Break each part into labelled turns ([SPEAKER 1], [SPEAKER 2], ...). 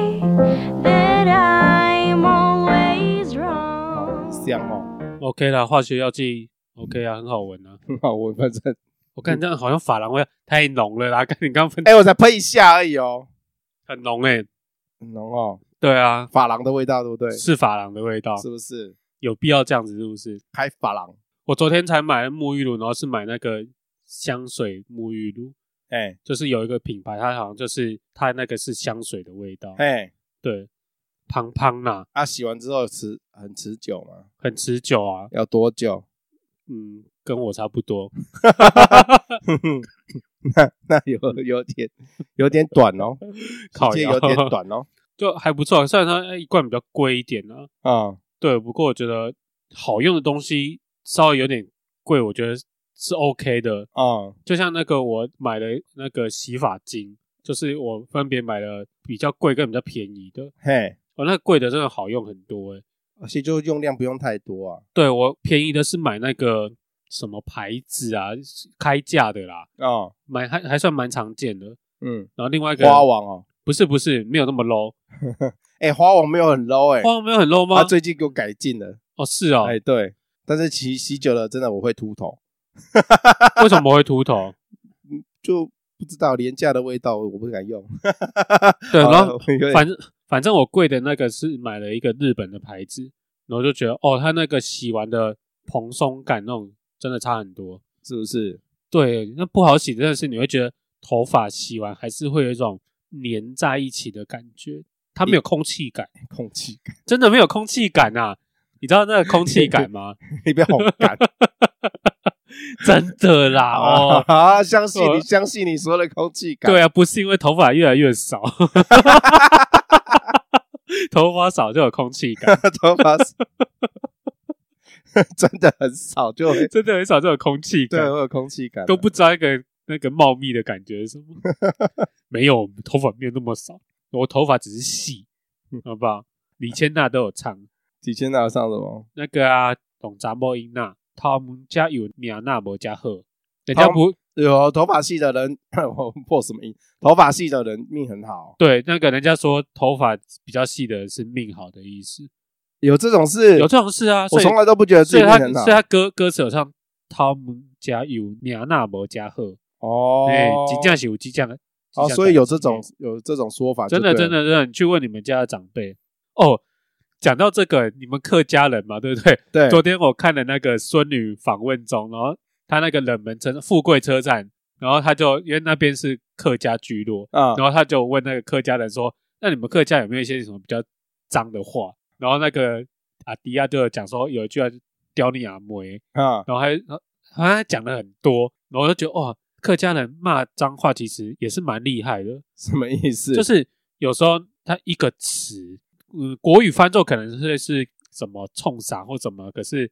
[SPEAKER 1] 哦
[SPEAKER 2] 啊，化学药剂 OK 啊，很好闻啊。
[SPEAKER 1] 很 好闻，反正
[SPEAKER 2] 我看这样好像法兰味太浓了啦，看你刚刚喷
[SPEAKER 1] 哎、我才喷一下而已哦，
[SPEAKER 2] 很浓哎、
[SPEAKER 1] 很浓哦，
[SPEAKER 2] 对啊，
[SPEAKER 1] 珐琅的味道，对不对？
[SPEAKER 2] 是法郎的味道，
[SPEAKER 1] 是不是？
[SPEAKER 2] 有必要这样子是不是？
[SPEAKER 1] 开珐琅，
[SPEAKER 2] 我昨天才买沐浴露，然后是买那个香水沐浴露，
[SPEAKER 1] 哎
[SPEAKER 2] 就是有一个品牌，它好像就是它那个是香水的味道，
[SPEAKER 1] 哎，
[SPEAKER 2] 对，胖胖呐，
[SPEAKER 1] 啊，洗完之后持很持久吗？
[SPEAKER 2] 很持久啊，
[SPEAKER 1] 要多久？
[SPEAKER 2] 嗯，跟我差不多，
[SPEAKER 1] 那那有有点有点短哦，
[SPEAKER 2] 靠
[SPEAKER 1] 时间
[SPEAKER 2] 腰
[SPEAKER 1] 有点短哦，
[SPEAKER 2] 就还不错。虽然它一罐比较贵一点啊，
[SPEAKER 1] 啊，
[SPEAKER 2] 对，不过我觉得好用的东西稍微有点贵，我觉得是 OK 的。
[SPEAKER 1] 啊，
[SPEAKER 2] 就像那个我买的那个洗发精，就是我分别买了比较贵跟比较便宜的，
[SPEAKER 1] 嘿，
[SPEAKER 2] 哦，那个贵的真的好用很多诶、
[SPEAKER 1] 而且就用量不用太多啊，
[SPEAKER 2] 对我便宜的是买那个什么牌子啊，开价的啦，
[SPEAKER 1] 哦，
[SPEAKER 2] 买还还算蛮常见的。
[SPEAKER 1] 嗯，
[SPEAKER 2] 然后另外一个
[SPEAKER 1] 花王哦，
[SPEAKER 2] 不是不是没有那么 low，
[SPEAKER 1] 哎，花王没有很 low 哎，
[SPEAKER 2] 花王没有很 low 吗？
[SPEAKER 1] 他最近给我改进了，
[SPEAKER 2] 哦是哦，
[SPEAKER 1] 哎，对，但是洗洗久了真的我会秃头，
[SPEAKER 2] 为什么会秃头？
[SPEAKER 1] 就不知道廉价的味道我不敢用，
[SPEAKER 2] 对，
[SPEAKER 1] 好啊
[SPEAKER 2] 然后
[SPEAKER 1] 有点
[SPEAKER 2] 反正反正我贵的那个是买了一个日本的牌子，然后就觉得哦，它那个洗完的蓬松感那种真的差很多。
[SPEAKER 1] 是不是？
[SPEAKER 2] 对，那不好洗真的是你会觉得头发洗完还是会有一种粘在一起的感觉，它没有空气感，
[SPEAKER 1] 空气感，
[SPEAKER 2] 真的没有空气感啊！你知道那个空气感吗？
[SPEAKER 1] 你不要 好感
[SPEAKER 2] 真的 啦，哦，
[SPEAKER 1] 啊！相信
[SPEAKER 2] 我
[SPEAKER 1] 你，相信你说的空气感，
[SPEAKER 2] 对啊，不是因为头发越来越少，头发少就有空气感，
[SPEAKER 1] 头发是真的很少，就会
[SPEAKER 2] 真的很少就有空气
[SPEAKER 1] 对
[SPEAKER 2] 感，
[SPEAKER 1] 会有空气感啊，
[SPEAKER 2] 都不知道一个那个茂密的感觉是 什么。没有，头发没有那么少，我头发只是细，
[SPEAKER 1] 嗯
[SPEAKER 2] 好不好？李千娜都有唱
[SPEAKER 1] 几千拿上什哦么？
[SPEAKER 2] 那个啊，董查某英娜，他们家有名那无家好，人家
[SPEAKER 1] 他们
[SPEAKER 2] 不
[SPEAKER 1] 有啊头发细的人， 我破什么音？头发细的人命很好，
[SPEAKER 2] 对那个人家说头发比较细的是命好的意思，
[SPEAKER 1] 有这种事
[SPEAKER 2] 有，这种事啊，
[SPEAKER 1] 我
[SPEAKER 2] 所以
[SPEAKER 1] 从来都不觉得自
[SPEAKER 2] 所
[SPEAKER 1] 己
[SPEAKER 2] 以
[SPEAKER 1] 命
[SPEAKER 2] 他
[SPEAKER 1] 很好
[SPEAKER 2] 所以。他歌歌词有唱他们家有娘那无家好，
[SPEAKER 1] 哦，
[SPEAKER 2] 哎、真正是有这样的。
[SPEAKER 1] 哦，
[SPEAKER 2] 这样的
[SPEAKER 1] 所以有这
[SPEAKER 2] 感
[SPEAKER 1] 种
[SPEAKER 2] 觉
[SPEAKER 1] 有这种说啊法就
[SPEAKER 2] 真
[SPEAKER 1] 对了，
[SPEAKER 2] 的真的真的，你去问你们家的长辈哦。讲到这个，你们客家人嘛，对不对？
[SPEAKER 1] 对，
[SPEAKER 2] 昨天我看了那个孙女访问中，然后他那个冷门称富贵车站，然后他就因为那边是客家聚落，
[SPEAKER 1] 啊
[SPEAKER 2] 然后他就问那个客家人说：“那你们客家有没有一些什么比较脏的话？”然后那个阿迪亚就讲说有一句话就“刁你阿妹”，
[SPEAKER 1] 啊，
[SPEAKER 2] 然后还好像讲了很多，然后我就觉得哇，客家人骂脏话其实也是蛮厉害的，
[SPEAKER 1] 什么意思？
[SPEAKER 2] 就是有时候他一个词，嗯，国语翻作可能是是什么冲啥或怎么，可是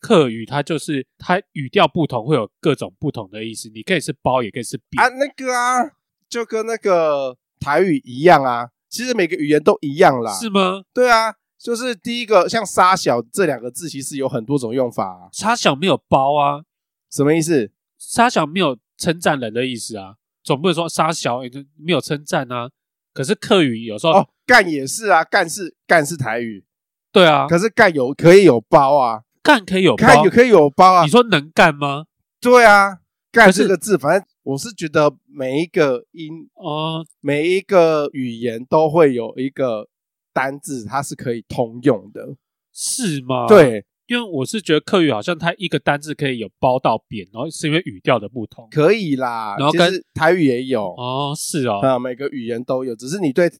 [SPEAKER 2] 客语它就是它语调不同，会有各种不同的意思，你可以是包，也可以是比，
[SPEAKER 1] 啊，那个啊，就跟那个台语一样啊。其实每个语言都一样啦。
[SPEAKER 2] 是吗？
[SPEAKER 1] 对啊，就是第一个像“沙小”这两个字，其实有很多种用法、啊。
[SPEAKER 2] 沙小没有包啊，
[SPEAKER 1] 什么意思？
[SPEAKER 2] 沙小没有称赞人的意思啊，总不能说沙小欸就没有称赞啊。可是客语有时候，
[SPEAKER 1] 哦，干也是啊，干是干是台语，
[SPEAKER 2] 对啊，
[SPEAKER 1] 可是干有可以有包啊，
[SPEAKER 2] 干可以有包，
[SPEAKER 1] 干有可以有包啊
[SPEAKER 2] 你。说能干吗？
[SPEAKER 1] 对啊，干
[SPEAKER 2] 可是
[SPEAKER 1] 这个字，反正我是觉得每一个音、
[SPEAKER 2] 哦，
[SPEAKER 1] 每一个语言都会有一个单字，它是可以通用的。
[SPEAKER 2] 是吗？，
[SPEAKER 1] 对，
[SPEAKER 2] 因为我是觉得客语好像它一个单字可以有包到扁，然后是因为语调的不同。
[SPEAKER 1] 可以啦。
[SPEAKER 2] 然后
[SPEAKER 1] 其
[SPEAKER 2] 跟
[SPEAKER 1] 实台语也有。
[SPEAKER 2] 哦，是哦，
[SPEAKER 1] 啊，每个语言都有，只是你对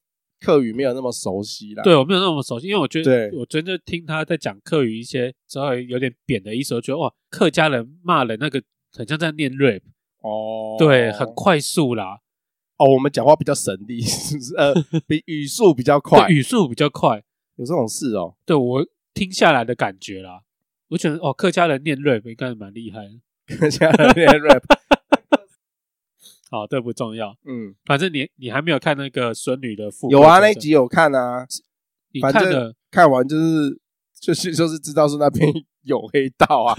[SPEAKER 1] 客语没有那么熟悉啦。
[SPEAKER 2] 对我没有那么熟悉，因为我觉得
[SPEAKER 1] 对
[SPEAKER 2] 我昨天就听他在讲客语一些稍微有点扁的意思，我觉得哇，客家人骂人那个很像在念 rap，
[SPEAKER 1] 哦，
[SPEAKER 2] 对，很快速啦，
[SPEAKER 1] 哦，我们讲话比较省力，是不是？ 呃，比语速比较快
[SPEAKER 2] 对，，语速比较快，
[SPEAKER 1] 有这种事哦。
[SPEAKER 2] 对我听下来的感觉啦，我觉得哦，客家人念 rap 应该蛮厉害的。
[SPEAKER 1] 现在在 rap，
[SPEAKER 2] 好，哦这不重要，
[SPEAKER 1] 嗯，
[SPEAKER 2] 反正你你还没有看那个孙女的父
[SPEAKER 1] 有啊，那一集有看啊，
[SPEAKER 2] 你
[SPEAKER 1] 反
[SPEAKER 2] 看
[SPEAKER 1] 正
[SPEAKER 2] 了。
[SPEAKER 1] 看完就是就是就是知道是那边有黑道 啊，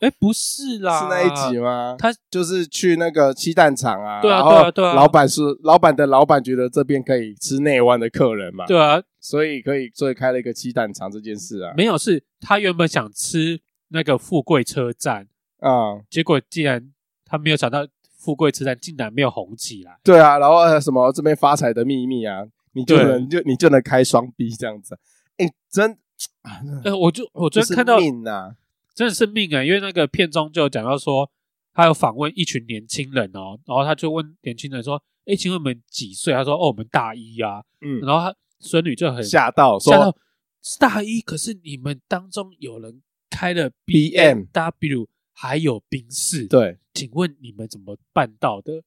[SPEAKER 2] 哎，不是啦，
[SPEAKER 1] 是那一集吗？
[SPEAKER 2] 他
[SPEAKER 1] 就是去那个鸡蛋厂啊，
[SPEAKER 2] 对啊
[SPEAKER 1] 然后
[SPEAKER 2] 对啊对啊
[SPEAKER 1] 老板是老板的老板，觉得这边可以吃内湾的客人嘛，
[SPEAKER 2] 对啊，
[SPEAKER 1] 所以可以所以开了一个鸡蛋厂这件事啊，
[SPEAKER 2] 没有，是他原本想吃那个富贵车站，
[SPEAKER 1] 啊、
[SPEAKER 2] 结果竟然他没有想到富贵车站竟然没有红起来，
[SPEAKER 1] 对啊，然后呃什么这边发财的秘密啊，你就
[SPEAKER 2] 对
[SPEAKER 1] 能你就你就能开双臂这样子，哎，真啊，那
[SPEAKER 2] 呃，我就我
[SPEAKER 1] 这
[SPEAKER 2] 昨天
[SPEAKER 1] 是
[SPEAKER 2] 看到
[SPEAKER 1] 命啊，
[SPEAKER 2] 真的是命啊、因为那个片中就有讲到说，他有访问一群年轻人哦，然后他就问年轻人说：“哎，请问你们几岁？”他说：“哦，我们大一啊。”
[SPEAKER 1] 嗯，
[SPEAKER 2] 然后他孙女就很
[SPEAKER 1] 吓到
[SPEAKER 2] 吓
[SPEAKER 1] 说
[SPEAKER 2] 到，是大一，可是你们当中有人开了
[SPEAKER 1] BM
[SPEAKER 2] W，还有宾士，，
[SPEAKER 1] 对，
[SPEAKER 2] 请问你们怎么办到的？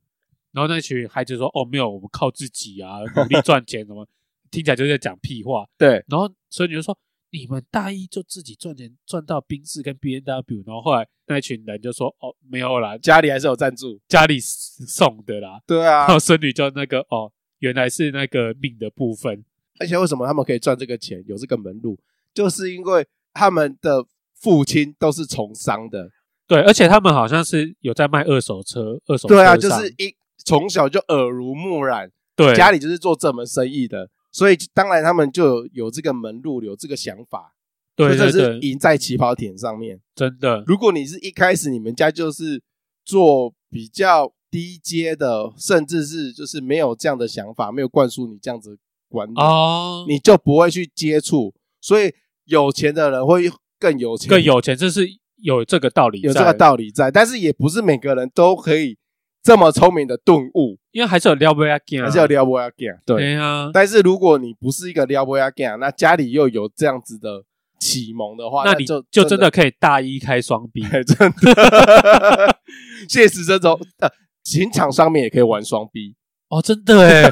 [SPEAKER 2] 然后那群孩子说：“哦，没有，我们靠自己啊，努力赚钱什么。” 听起来就是在讲屁话。
[SPEAKER 1] 对，
[SPEAKER 2] 然后所以你就说你们大一就自己赚钱赚到宾士跟 B N W，然后后来那一群人就说哦没有啦，家
[SPEAKER 1] 家里还是有赞助，
[SPEAKER 2] 家里送的啦，
[SPEAKER 1] 对
[SPEAKER 2] 然
[SPEAKER 1] 啊，
[SPEAKER 2] 后孙女就那个哦原来是那个命的部分，
[SPEAKER 1] 而且为什么他们可以赚这个钱，有这个门路，就是因为他们的父亲都是从商的，
[SPEAKER 2] 对，而且他们好像是有在卖二手车，二手车
[SPEAKER 1] 对啊，
[SPEAKER 2] 商
[SPEAKER 1] 就是一从小就耳濡目染，
[SPEAKER 2] 对
[SPEAKER 1] 家里就是做这门生意的，所以当然他们就有有这个门路，有这个想法，
[SPEAKER 2] 对
[SPEAKER 1] 所
[SPEAKER 2] 对
[SPEAKER 1] 以这是
[SPEAKER 2] 对，
[SPEAKER 1] 赢在起跑点上面。
[SPEAKER 2] 真的
[SPEAKER 1] 如果你是一开始你们家就是做比较低阶的，甚至是就是没有这样的想法，没有灌输你这样子观念，
[SPEAKER 2] 哦，
[SPEAKER 1] 你就不会去接触，所以有钱的人会更有钱，
[SPEAKER 2] 更有钱，这是有这个道理，
[SPEAKER 1] 有这个，道理在，但是也不是每个人都可以这么聪明的顿悟，
[SPEAKER 2] 因为还是有撩妹啊，
[SPEAKER 1] 还是要撩拨要 g 对
[SPEAKER 2] 对啊，
[SPEAKER 1] 但是如果你不是一个撩拨要 g 那家里又有这样子的启蒙的话，
[SPEAKER 2] 那
[SPEAKER 1] 那
[SPEAKER 2] 你
[SPEAKER 1] 就
[SPEAKER 2] 就真的可以大一开双 B，
[SPEAKER 1] 哎真的， 现实这种呃，情场上面也可以玩双 B，
[SPEAKER 2] 哦，真 的哎，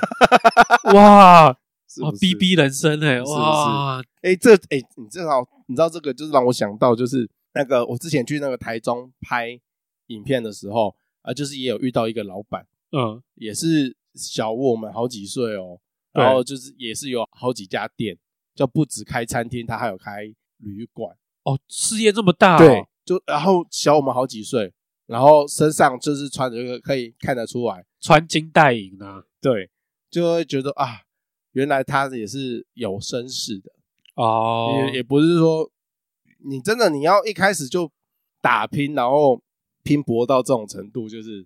[SPEAKER 2] 哇，
[SPEAKER 1] 是
[SPEAKER 2] 哦
[SPEAKER 1] 不是
[SPEAKER 2] ，B B 人生哎，
[SPEAKER 1] 是不是
[SPEAKER 2] 哇，
[SPEAKER 1] 哎、这哎、你知道，你知道这个就是让我想到，就是那个我之前去那个台中拍影片的时候啊、就是也有遇到一个老板，
[SPEAKER 2] 嗯，
[SPEAKER 1] 也是小我们好几岁哦，
[SPEAKER 2] 对
[SPEAKER 1] 然后就是也是有好几家店，就不止开餐厅，他还有开旅馆。
[SPEAKER 2] 哦，事业这么大、哦，
[SPEAKER 1] 对，，就然后小我们好几岁，然后身上就是穿着一个可以看得出来，
[SPEAKER 2] 穿金戴银啊，
[SPEAKER 1] 对，就会觉得啊，原来他也是有身世的，
[SPEAKER 2] 哦，
[SPEAKER 1] 也也不是说你真的你要一开始就打拼，然后拼搏到这种程度，就是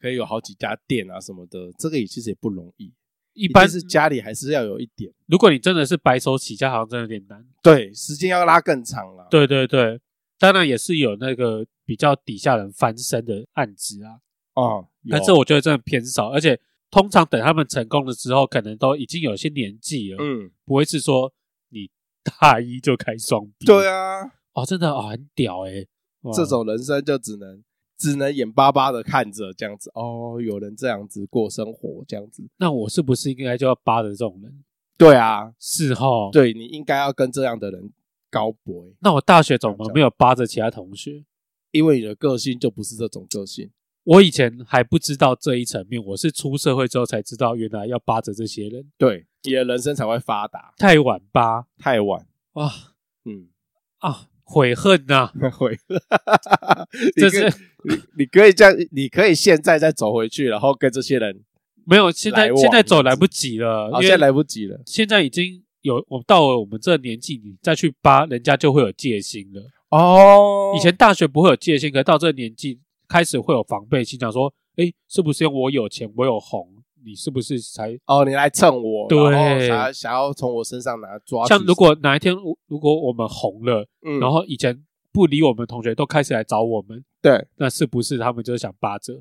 [SPEAKER 1] 可以有好几家店啊什么的，这个也其实也不容易，
[SPEAKER 2] 一般
[SPEAKER 1] 定是，家里还是要有一点，
[SPEAKER 2] 如果你真的是白手起家，好像真的有点难。
[SPEAKER 1] 对，时间要拉更长了，
[SPEAKER 2] 对对对，当然也是有那个比较底下人翻身的案子啊，
[SPEAKER 1] 啊，有
[SPEAKER 2] 但是我觉得真的偏少，而且通常等他们成功了之后，可能都已经有些年纪了，
[SPEAKER 1] 嗯，
[SPEAKER 2] 不会是说你大一就开双 B，
[SPEAKER 1] 对，啊，
[SPEAKER 2] 哦，真的哦，很屌哎、欸，哇
[SPEAKER 1] 这种人生就只能只能眼巴巴的看着这样子，哦，有人这样子过生活这样子。
[SPEAKER 2] 那我是不是应该就要扒着这种人？
[SPEAKER 1] 对啊，
[SPEAKER 2] 是哈，
[SPEAKER 1] 对你应该要跟这样的人高博，
[SPEAKER 2] 那我大学怎么没有扒着其他同学？
[SPEAKER 1] 因为你的个性就不是这种个性。
[SPEAKER 2] 我以前还不知道这一层面，我是出社会之后才知道，原来要扒着这些人，
[SPEAKER 1] 对，你的人生才会发达。
[SPEAKER 2] 太晚扒
[SPEAKER 1] 太晚，
[SPEAKER 2] 哇
[SPEAKER 1] 嗯，
[SPEAKER 2] 啊，悔恨呐、
[SPEAKER 1] 会，
[SPEAKER 2] 这
[SPEAKER 1] 这
[SPEAKER 2] 是
[SPEAKER 1] 你你可以这样，你可以现在再走回去，然后跟这些人，
[SPEAKER 2] 没有现在
[SPEAKER 1] 来往
[SPEAKER 2] 现在走来不及了，
[SPEAKER 1] 好
[SPEAKER 2] 因
[SPEAKER 1] 现在
[SPEAKER 2] 为
[SPEAKER 1] 来不及了。
[SPEAKER 2] 现在已经有我到了我们这个年纪，你再去扒人家就会有戒心了。
[SPEAKER 1] 哦
[SPEAKER 2] 以前大学不会有戒心，可是到这个年纪开始会有防备心，想说，诶，是不是因为我有钱，我有红，你是不是才
[SPEAKER 1] 哦，你来蹭我，
[SPEAKER 2] 对
[SPEAKER 1] 然后想想要从我身上拿抓取。
[SPEAKER 2] 像如果哪一天我如果我们红了，
[SPEAKER 1] 嗯，
[SPEAKER 2] 然后以前不理我们同学都开始来找我们，
[SPEAKER 1] 对，
[SPEAKER 2] 那是不是他们就是想扒着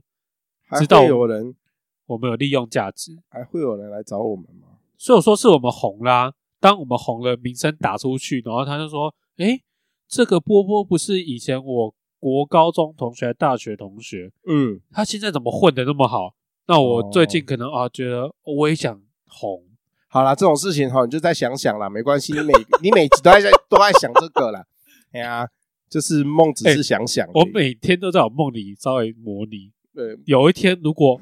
[SPEAKER 1] 还
[SPEAKER 2] 知道
[SPEAKER 1] 会有人
[SPEAKER 2] 我们有利用价值？
[SPEAKER 1] 还会有人来找我们吗？
[SPEAKER 2] 所以我说是我们红啦，当我们红了，名声打出去，然后他就说：“诶，这个波波不是以前我国高中同学、大学同学，
[SPEAKER 1] 嗯，
[SPEAKER 2] 他现在怎么混的那么好？那我
[SPEAKER 1] 哦
[SPEAKER 2] 最近可能啊，觉得我也想红。”
[SPEAKER 1] 好啦，这种事情哈，你就再想想啦，没关系，你每你每集都在都在想这个啦。哎呀，就是梦只是想想而已、
[SPEAKER 2] 哎我每天都在我梦里稍微模拟，
[SPEAKER 1] 对
[SPEAKER 2] 有一天如果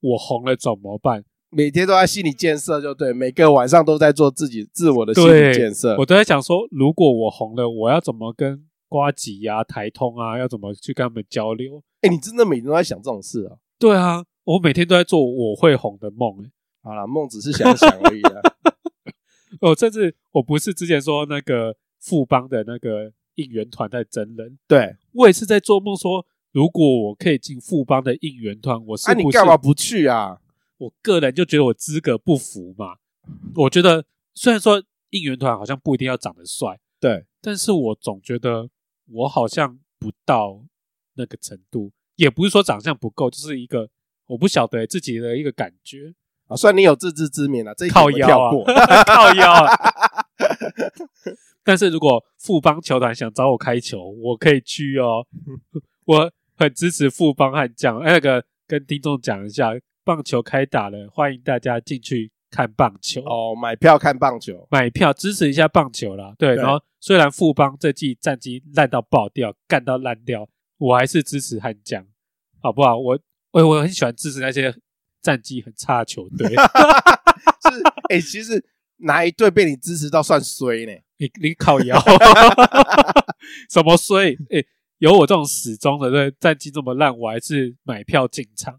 [SPEAKER 2] 我红了怎么办？
[SPEAKER 1] 每天都在心理建设，就对，每个晚上都在做自己自我的心
[SPEAKER 2] 对
[SPEAKER 1] 理建设
[SPEAKER 2] 我。都在想说，如果我红了，我要怎么跟瓜吉呀、台通啊，要怎么去跟他们交流？
[SPEAKER 1] 哎、你真的每天都在想这种事啊？
[SPEAKER 2] 对啊，我每天都在做我会红的梦、欸。
[SPEAKER 1] 好啦，梦只是想想而 已啦。
[SPEAKER 2] 哦我甚至我不是之前说那个富邦的那个应援团在真人，
[SPEAKER 1] 对，
[SPEAKER 2] 我也是在做梦说，如果我可以进富邦的应援团，我是
[SPEAKER 1] 啊，你
[SPEAKER 2] 不是
[SPEAKER 1] 干嘛不去啊？
[SPEAKER 2] 我个人就觉得我资格不符嘛。我觉得虽然说应援团好像不一定要长得帅，
[SPEAKER 1] 对，
[SPEAKER 2] 但是我总觉得我好像不到那个程度，也不是说长相不够，就是一个我不晓得自己的一个感觉，
[SPEAKER 1] 啊，算你有自知之明了、这一题
[SPEAKER 2] 靠
[SPEAKER 1] 我
[SPEAKER 2] 腰
[SPEAKER 1] 跳过。
[SPEAKER 2] 啊，靠腰、 啊。但是如果富邦球团想找我开球，我可以 去哦，我很支持富邦悍将。哎那个跟听众讲一下，棒球开打了，欢迎大家进去看棒球。
[SPEAKER 1] 哦，买票看棒球，
[SPEAKER 2] 买票支持一下棒球啦。对，
[SPEAKER 1] 对
[SPEAKER 2] 然后虽然富邦这季战绩烂到爆掉，干到烂掉，我还是支持悍将，好不好？我哎我我很喜欢支持那些战绩很差的球队。
[SPEAKER 1] 是哎、其实哪一队被你支持到算衰 呢？
[SPEAKER 2] 你你靠腰，什么衰？诶、有我这种死忠的，对战绩这么烂，我还是买票进场。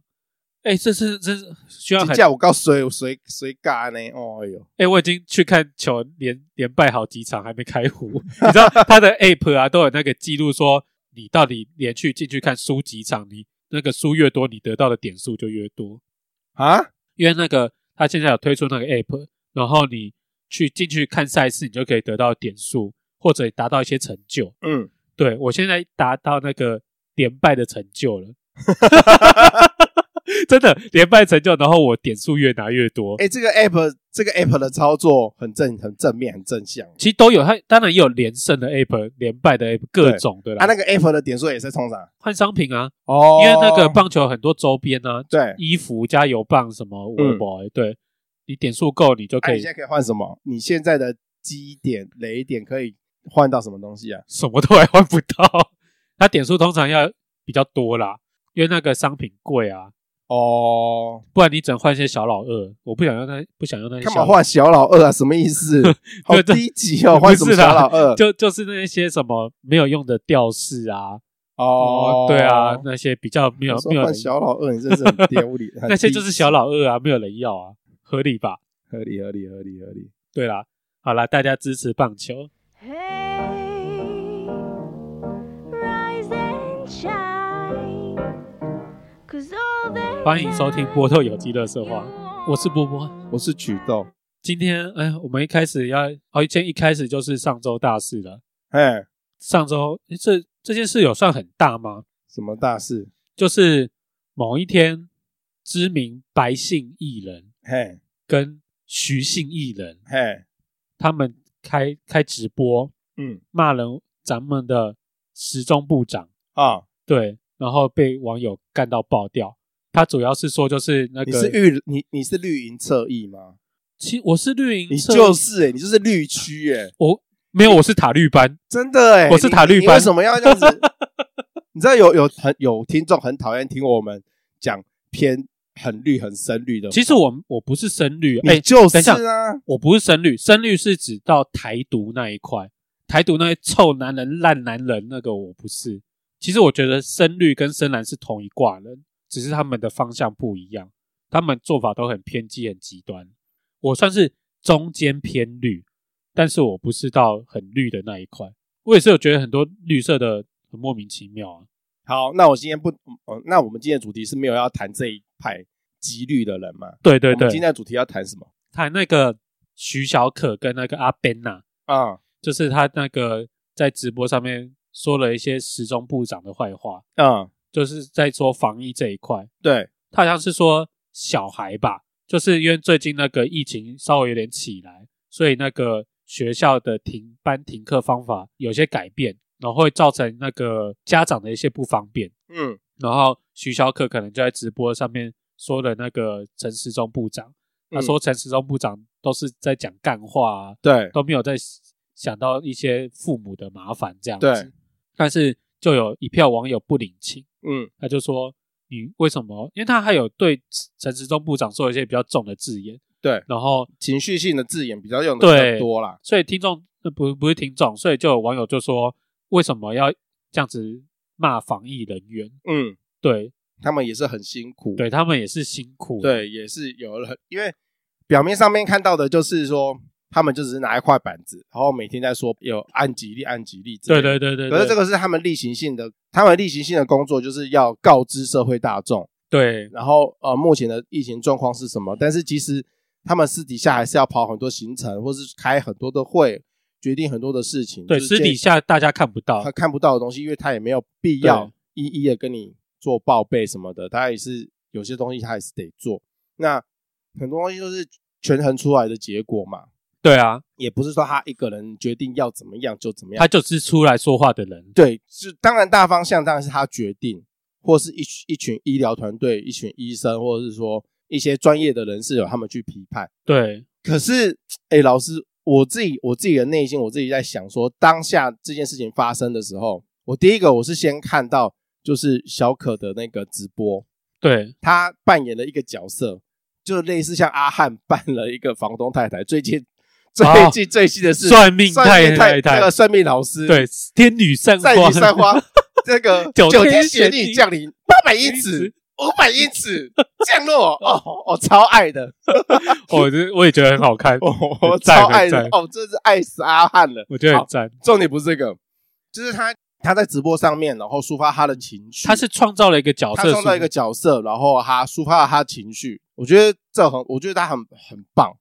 [SPEAKER 2] 诶、这是这是需要
[SPEAKER 1] 这
[SPEAKER 2] 很
[SPEAKER 1] 下我告谁谁谁尬呢？哦哎呦，
[SPEAKER 2] 哎、我已经去看球连连败好几场还没开胡，你知道他的 app 啊都有那个记录说你到底连续进去看输几场，你那个输越多，你得到的点数就越多。
[SPEAKER 1] 啊，
[SPEAKER 2] 因为那个他现在有推出那个 app，然后你去进去看赛事，你就可以得到点数或者达到一些成就。
[SPEAKER 1] 嗯，
[SPEAKER 2] 对我现在达到那个连败的成 就了，真的连败成就，然后我点数越拿越多。
[SPEAKER 1] 哎、这个 app 这个 app 的操作很正很正面很正向
[SPEAKER 2] 其实都有，它当然也有连胜的 app、连败的 app，各种的
[SPEAKER 1] 啊，
[SPEAKER 2] 啦。
[SPEAKER 1] 那个 app 的点数也是冲上
[SPEAKER 2] 换商品啊，
[SPEAKER 1] 哦
[SPEAKER 2] 因为那个棒球有很多周边啊，
[SPEAKER 1] 对，
[SPEAKER 2] 衣服、加油棒什么，我我对你点数够，你就
[SPEAKER 1] 啊
[SPEAKER 2] 可
[SPEAKER 1] 你嗯
[SPEAKER 2] 以
[SPEAKER 1] 现在可以换什么？你现在的基点雷点可以换到什么东西啊？
[SPEAKER 2] 什么都还换不到。它点数通常要比较多啦，因为那个商品贵啊，
[SPEAKER 1] 哦，
[SPEAKER 2] 不然你只能换一些小老二。我不想要那不想要那些
[SPEAKER 1] 干
[SPEAKER 2] 小
[SPEAKER 1] 嘛
[SPEAKER 2] 老二，
[SPEAKER 1] 换小老二啊？什么意思？好低级哦，
[SPEAKER 2] 不
[SPEAKER 1] 换什么
[SPEAKER 2] 是
[SPEAKER 1] 小
[SPEAKER 2] 啦
[SPEAKER 1] 老二？
[SPEAKER 2] 就就是那些什么没有用的吊饰啊，
[SPEAKER 1] 哦，
[SPEAKER 2] 对啊，那些比较没有
[SPEAKER 1] 我说
[SPEAKER 2] 没有
[SPEAKER 1] 换
[SPEAKER 2] 人
[SPEAKER 1] 小老二，你真是很丢脸。 很
[SPEAKER 2] 那些就是
[SPEAKER 1] 低级
[SPEAKER 2] 小老二啊，没有人要啊，合理吧？
[SPEAKER 1] 合理合理合理合理。
[SPEAKER 2] 对啦，好啦，大家支持棒球，
[SPEAKER 3] Hey, rise and shine, 'cause all that
[SPEAKER 2] 欢迎收听波特有机乐色话，
[SPEAKER 3] time
[SPEAKER 2] 我是波波。
[SPEAKER 1] 我是曲豆，
[SPEAKER 2] 今天哎，我们一开始要，好，今天一开始就是上周大事了。
[SPEAKER 1] 哎，
[SPEAKER 2] 上周诶这这件事有算很大吗？
[SPEAKER 1] 什么大事？
[SPEAKER 2] 就是某一天，知名白姓艺人
[SPEAKER 1] 嘿
[SPEAKER 2] 跟徐姓艺人，
[SPEAKER 1] 嘿，
[SPEAKER 2] 他们开开直播
[SPEAKER 1] 嗯
[SPEAKER 2] 骂人，咱们的时钟部长。
[SPEAKER 1] 啊，
[SPEAKER 2] 对，然后被网友干到爆掉。他主要是说就是那
[SPEAKER 1] 你
[SPEAKER 2] 个，
[SPEAKER 1] 是绿你你是绿营侧翼吗？
[SPEAKER 2] 其我是绿营
[SPEAKER 1] 你
[SPEAKER 2] 侧，
[SPEAKER 1] 就是哎，你就是绿区 哎，
[SPEAKER 2] 我没有，我是塔绿班，
[SPEAKER 1] 真的哎，
[SPEAKER 2] 我是
[SPEAKER 1] 你
[SPEAKER 2] 塔绿
[SPEAKER 1] 你
[SPEAKER 2] 班
[SPEAKER 1] 为什么要这样子？ 你知道有有很有听众很讨厌听我们讲偏很绿很深绿的，
[SPEAKER 2] 其实我我不是深绿，哎、
[SPEAKER 1] 你就是
[SPEAKER 2] 等一下
[SPEAKER 1] 啊，
[SPEAKER 2] 我不是深绿，深绿是指到台独那一块，台独那些臭男人、烂男人那个我不是。其实我觉得深绿跟深蓝是同一挂人，只是他们的方向不一样，他们做法都很偏激、很极端。我算是中间偏绿，但是我不是到很绿的那一块。我也是有觉得很多绿色的很莫名其妙啊。
[SPEAKER 1] 好，那我今天不，哦，那我们今天的主题是没有要谈这一派极绿的人嘛？
[SPEAKER 2] 对对
[SPEAKER 1] 我们
[SPEAKER 2] 对，
[SPEAKER 1] 今天的主题要谈什么？
[SPEAKER 2] 他那个徐小可跟那个阿 Ben 呐、
[SPEAKER 1] 啊、
[SPEAKER 2] 就是他那个在直播上面说了一些时钟部长的坏话，
[SPEAKER 1] 嗯，
[SPEAKER 2] 就是在说防疫这一块，
[SPEAKER 1] 对，
[SPEAKER 2] 他好像是说小孩吧，就是因为最近那个疫情稍微有点起来，所以那个学校的停班停课方法有些改变，然后会造成那个家长的一些不方便。
[SPEAKER 1] 嗯，
[SPEAKER 2] 然后徐小可可能就在直播上面说了那个陈时中部长，他说陈时中部长都是在讲干话、啊，
[SPEAKER 1] 对，
[SPEAKER 2] 都没有在想到一些父母的麻烦这样
[SPEAKER 1] 对
[SPEAKER 2] 子。但是就有一票网友不领情，
[SPEAKER 1] 嗯，
[SPEAKER 2] 他就说：“你为什么？”因为他还有对陈时中部长说一些比较重的字眼，
[SPEAKER 1] 对，
[SPEAKER 2] 然后
[SPEAKER 1] 情绪性的字眼比较用的比较
[SPEAKER 2] 对
[SPEAKER 1] 多啦。
[SPEAKER 2] 所以听众呃不不是听众，所以就有网友就说：“为什么要这样子骂防疫人员？”
[SPEAKER 1] 嗯，
[SPEAKER 2] 对，
[SPEAKER 1] 他们也是很辛苦，
[SPEAKER 2] 对他们也是辛苦，
[SPEAKER 1] 对，也是有了很，因为表面上面看到的就是说他们就只是拿一块板子，然后每天在说有按几例、按几例之类
[SPEAKER 2] 对
[SPEAKER 1] 的。
[SPEAKER 2] 对对对，
[SPEAKER 1] 可是这
[SPEAKER 2] 个
[SPEAKER 1] 个是他们例行性的，他们例行性的工作就是要告知社会大众，
[SPEAKER 2] 对
[SPEAKER 1] 然后呃目前的疫情状况是什么。但是其实他们私底下还是要跑很多行程，或是开很多的会，决定很多的事情。
[SPEAKER 2] 对，
[SPEAKER 1] 就是
[SPEAKER 2] 私底
[SPEAKER 1] 见
[SPEAKER 2] 下大家看不到
[SPEAKER 1] 他，看不到的东西，因为他也没有必要一一的跟你做报备什么的，他也是有些东西他也是得做。那很多东西都是权衡出来的结果嘛，
[SPEAKER 2] 对啊，
[SPEAKER 1] 也不是说他一个人决定要怎么样就怎么样。
[SPEAKER 2] 他就是出来说话的人，
[SPEAKER 1] 对，是当然大方向当然是他决定，或是一群一群医疗团队、一群医生，或者是说一些专业的人士有他们去批判。
[SPEAKER 2] 对
[SPEAKER 1] 可是，哎、老师，我自己我自己的内心，我自己在想说，当下这件事情发生的时候，我第一个我是先看到就是小可的那个直播，
[SPEAKER 2] 对
[SPEAKER 1] 他扮演了一个角色，就类似像阿汉扮了一个房东太太，最近。最
[SPEAKER 2] 哦
[SPEAKER 1] 近最新的是
[SPEAKER 2] 算命太
[SPEAKER 1] 太
[SPEAKER 2] 太
[SPEAKER 1] 那个算命老师，
[SPEAKER 2] 对，天女 散
[SPEAKER 1] 在
[SPEAKER 2] 花
[SPEAKER 1] 你，散花，这个
[SPEAKER 2] 九
[SPEAKER 1] 九
[SPEAKER 2] 天
[SPEAKER 1] 天
[SPEAKER 2] 玄
[SPEAKER 1] 玄
[SPEAKER 2] 女
[SPEAKER 1] 女降临八百英尺、五百英尺降落，哦，我、超爱的，
[SPEAKER 2] 我哦这我也觉得很好 看，
[SPEAKER 1] 我、
[SPEAKER 2] 很赞
[SPEAKER 1] 超爱
[SPEAKER 2] 很
[SPEAKER 1] 的
[SPEAKER 2] 赞，
[SPEAKER 1] 哦，真是爱死阿汉了。
[SPEAKER 2] 我觉得很
[SPEAKER 1] 好
[SPEAKER 2] 赞。
[SPEAKER 1] 重点不是这个，就是他他在直播上面，然后抒发他的情绪，
[SPEAKER 2] 他是创造了一个角
[SPEAKER 1] 他
[SPEAKER 2] 色，
[SPEAKER 1] 创造一个角色，然后他抒发了他的情绪，我觉得这很，我觉得他很很棒，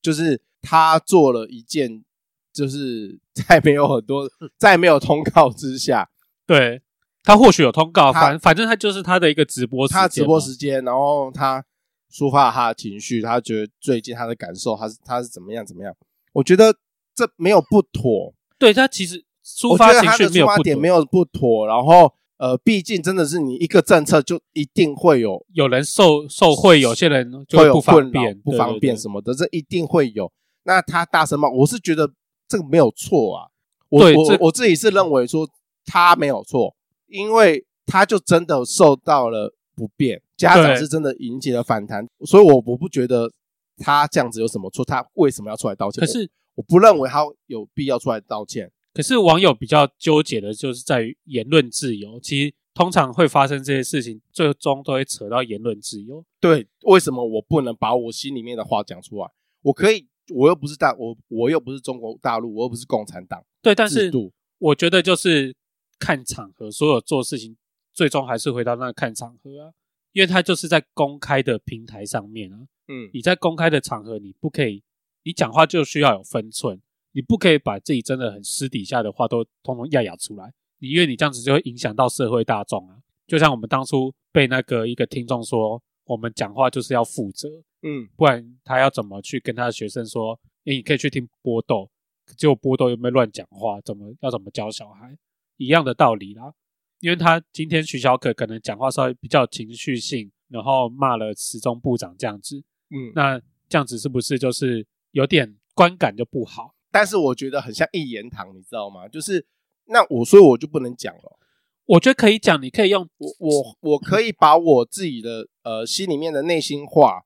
[SPEAKER 1] 就是他做了一件，就是 在没有很多在没有通告之下。
[SPEAKER 2] 对他或许有通告，
[SPEAKER 1] 他
[SPEAKER 2] 反反正他就是他的一个直播时间嘛，
[SPEAKER 1] 他直播时间，然后他抒发了他的情绪，他觉得最近他的感受，他是他是怎么样怎么样？我觉得这没有不妥，
[SPEAKER 2] 对他其实抒
[SPEAKER 1] 我觉
[SPEAKER 2] 发
[SPEAKER 1] 得
[SPEAKER 2] 情
[SPEAKER 1] 他
[SPEAKER 2] 绪
[SPEAKER 1] 的
[SPEAKER 2] 没
[SPEAKER 1] 出
[SPEAKER 2] 有
[SPEAKER 1] 发
[SPEAKER 2] 不
[SPEAKER 1] 点
[SPEAKER 2] 妥
[SPEAKER 1] 没有不妥。然后呃，毕竟真的是你一个政策就一定会有
[SPEAKER 2] 有人受受贿，有些人就
[SPEAKER 1] 会有
[SPEAKER 2] 不
[SPEAKER 1] 困扰
[SPEAKER 2] 方便，
[SPEAKER 1] 不
[SPEAKER 2] 对
[SPEAKER 1] 方便。
[SPEAKER 2] 对
[SPEAKER 1] 什么的，这一定会有。那他大声骂，我是觉得这个没有错啊。我
[SPEAKER 2] 对这
[SPEAKER 1] 我我自己是认为说他没有错，因为他就真的受到了不便，家
[SPEAKER 2] 对
[SPEAKER 1] 长是真的引起了反弹，所以我我不觉得他这样子有什么错，他为什么要出来道歉？
[SPEAKER 2] 对可是
[SPEAKER 1] 我我不认为他有必要出来道歉。
[SPEAKER 2] 可是网友比较纠结的就是在于言论自由，其实通常会发生这些事情，最终都会扯到言论自由。
[SPEAKER 1] 对，为什么我不能把我心里面的话讲出来？我可以，我又不是大我我又不是中国大陆，我又不是共产党
[SPEAKER 2] 对，但
[SPEAKER 1] 制
[SPEAKER 2] 是
[SPEAKER 1] 度。
[SPEAKER 2] 我觉得就是看场合，所有做事情最终还是回到那个看场合啊，因为他就是在公开的平台上面啊，
[SPEAKER 1] 嗯，
[SPEAKER 2] 你在公开的场合，你不可以，你讲话就需要有分寸，你不可以把自己真的很私底下的话都通通压压出来，你因为你这样子就会影响到社会大众啊。就像我们当初被那个一个听众说，我们讲话就是要负责，
[SPEAKER 1] 嗯，
[SPEAKER 2] 不然他要怎么去跟他的学生说，诶、你可以去听波豆，结果波豆有没有乱讲话，怎么要怎么教小孩，一样的道理啦。因为他今天徐小可可能讲话稍微比较情绪性，然后骂了时钟部长这样子，
[SPEAKER 1] 嗯，
[SPEAKER 2] 那这样子是不是就是有点观感就不好？
[SPEAKER 1] 但是我觉得很像一言堂，你知道吗？就是那我，所以我就不能讲了。
[SPEAKER 2] 我觉得可以讲，你可以用
[SPEAKER 1] 我我我可以把我自己的呃心里面的内心话，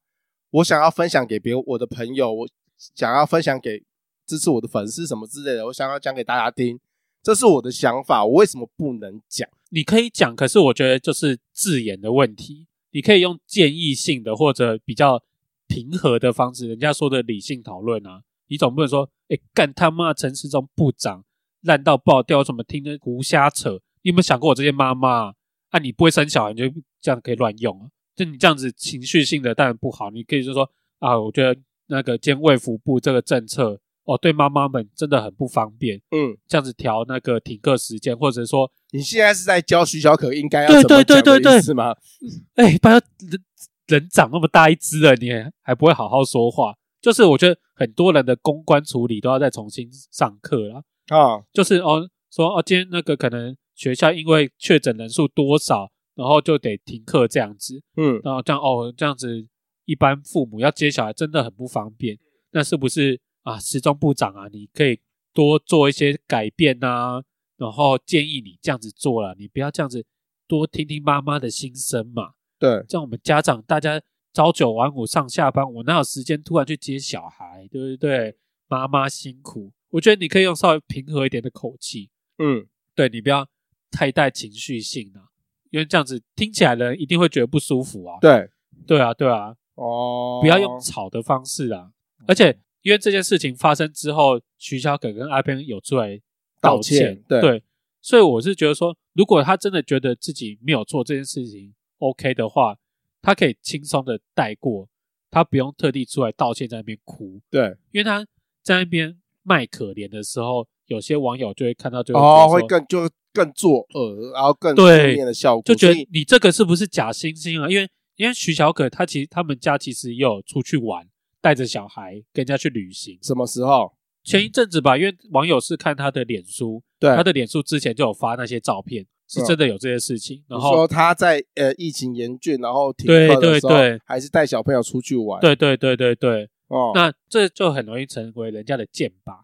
[SPEAKER 1] 我想要分享给别我的朋友，我想要分享给支持我的粉丝什么之类的，我想要讲给大家听，这是我的想法，我为什么不能讲？
[SPEAKER 2] 你可以讲，可是我觉得就是字眼的问题，你可以用建议性的或者比较平和的方式，人家说的理性讨论啊，你总不能说，哎、干他妈陈世忠部长烂到爆掉，怎么听着胡瞎扯？你有没有想过我这些妈妈啊？啊，你不会生小孩，你就这样可以乱用啊？就你这样子情绪性的当然不好，你可以就说啊，我觉得那个监卫福部这个政策哦，对妈妈们真的很不方便，
[SPEAKER 1] 嗯，
[SPEAKER 2] 这样子调那个停课时间，或者说
[SPEAKER 1] 你现在是在教徐小可应该要怎
[SPEAKER 2] 对
[SPEAKER 1] 么
[SPEAKER 2] 对
[SPEAKER 1] 讲
[SPEAKER 2] 对对
[SPEAKER 1] 的
[SPEAKER 2] 对
[SPEAKER 1] 意思吗？
[SPEAKER 2] 哎、拜托，人人长那么大一只了，你还还不会好好说话？就是我觉得很多人的公关处理都要再重新上课啦。
[SPEAKER 1] 啊，
[SPEAKER 2] 就是哦，说哦，今天那个可能学校因为确诊人数多少，然后就得停课这样子，
[SPEAKER 1] 嗯，
[SPEAKER 2] 然后这样哦，这样子一般父母要接小孩真的很不方便。那是不是啊？时钟部长啊，你可以多做一些改变啊，然后建议你这样子做了，你不要这样子，多听听妈妈的心声嘛。
[SPEAKER 1] 对，
[SPEAKER 2] 像我们家长大家朝九晚五上下班，我哪有时间突然去接小孩，对不对？妈妈辛苦，我觉得你可以用稍微平和一点的口气，
[SPEAKER 1] 嗯，
[SPEAKER 2] 对你不要太带情绪性啊，因为这样子听起来人一定会觉得不舒服啊。
[SPEAKER 1] 对，
[SPEAKER 2] 对啊，对啊，
[SPEAKER 1] 哦，嗯
[SPEAKER 2] 不要用吵的方式啊。而且，因因为这件事情发生之后，徐小可跟阿边有出来道
[SPEAKER 1] 道歉对
[SPEAKER 2] 所以我是觉得说，如果他真的觉得自己没有做这件事情 OK 的话，他可以轻松的带过，他不用特地出来道歉在那边哭，
[SPEAKER 1] 对，
[SPEAKER 2] 因为他在那边卖可怜的时候，有些网友就会看到就
[SPEAKER 1] 哦，
[SPEAKER 2] 会
[SPEAKER 1] 会
[SPEAKER 2] 觉得说
[SPEAKER 1] 更就更作恶，然后更负
[SPEAKER 2] 对
[SPEAKER 1] 面的效果，
[SPEAKER 2] 就觉
[SPEAKER 1] 所
[SPEAKER 2] 得
[SPEAKER 1] 以
[SPEAKER 2] 你这个是不是假惺惺啊？因为因为徐小可他其实他们家其实也有出去玩，带着小孩跟人家去旅行。
[SPEAKER 1] 什么时候？
[SPEAKER 2] 前一阵子吧，因为网友是看他的脸书，
[SPEAKER 1] 对，啊
[SPEAKER 2] 他的脸书之前就有发那些照片，是真的有这些事情。然
[SPEAKER 1] 你
[SPEAKER 2] 后
[SPEAKER 1] 说他在呃疫情严峻，然后停
[SPEAKER 2] 对
[SPEAKER 1] 课的
[SPEAKER 2] 对
[SPEAKER 1] 时候，
[SPEAKER 2] 对
[SPEAKER 1] 还是带小朋友出去玩，
[SPEAKER 2] 对对对对对，
[SPEAKER 1] 哦，
[SPEAKER 2] 那这就很容易成为人家的箭靶。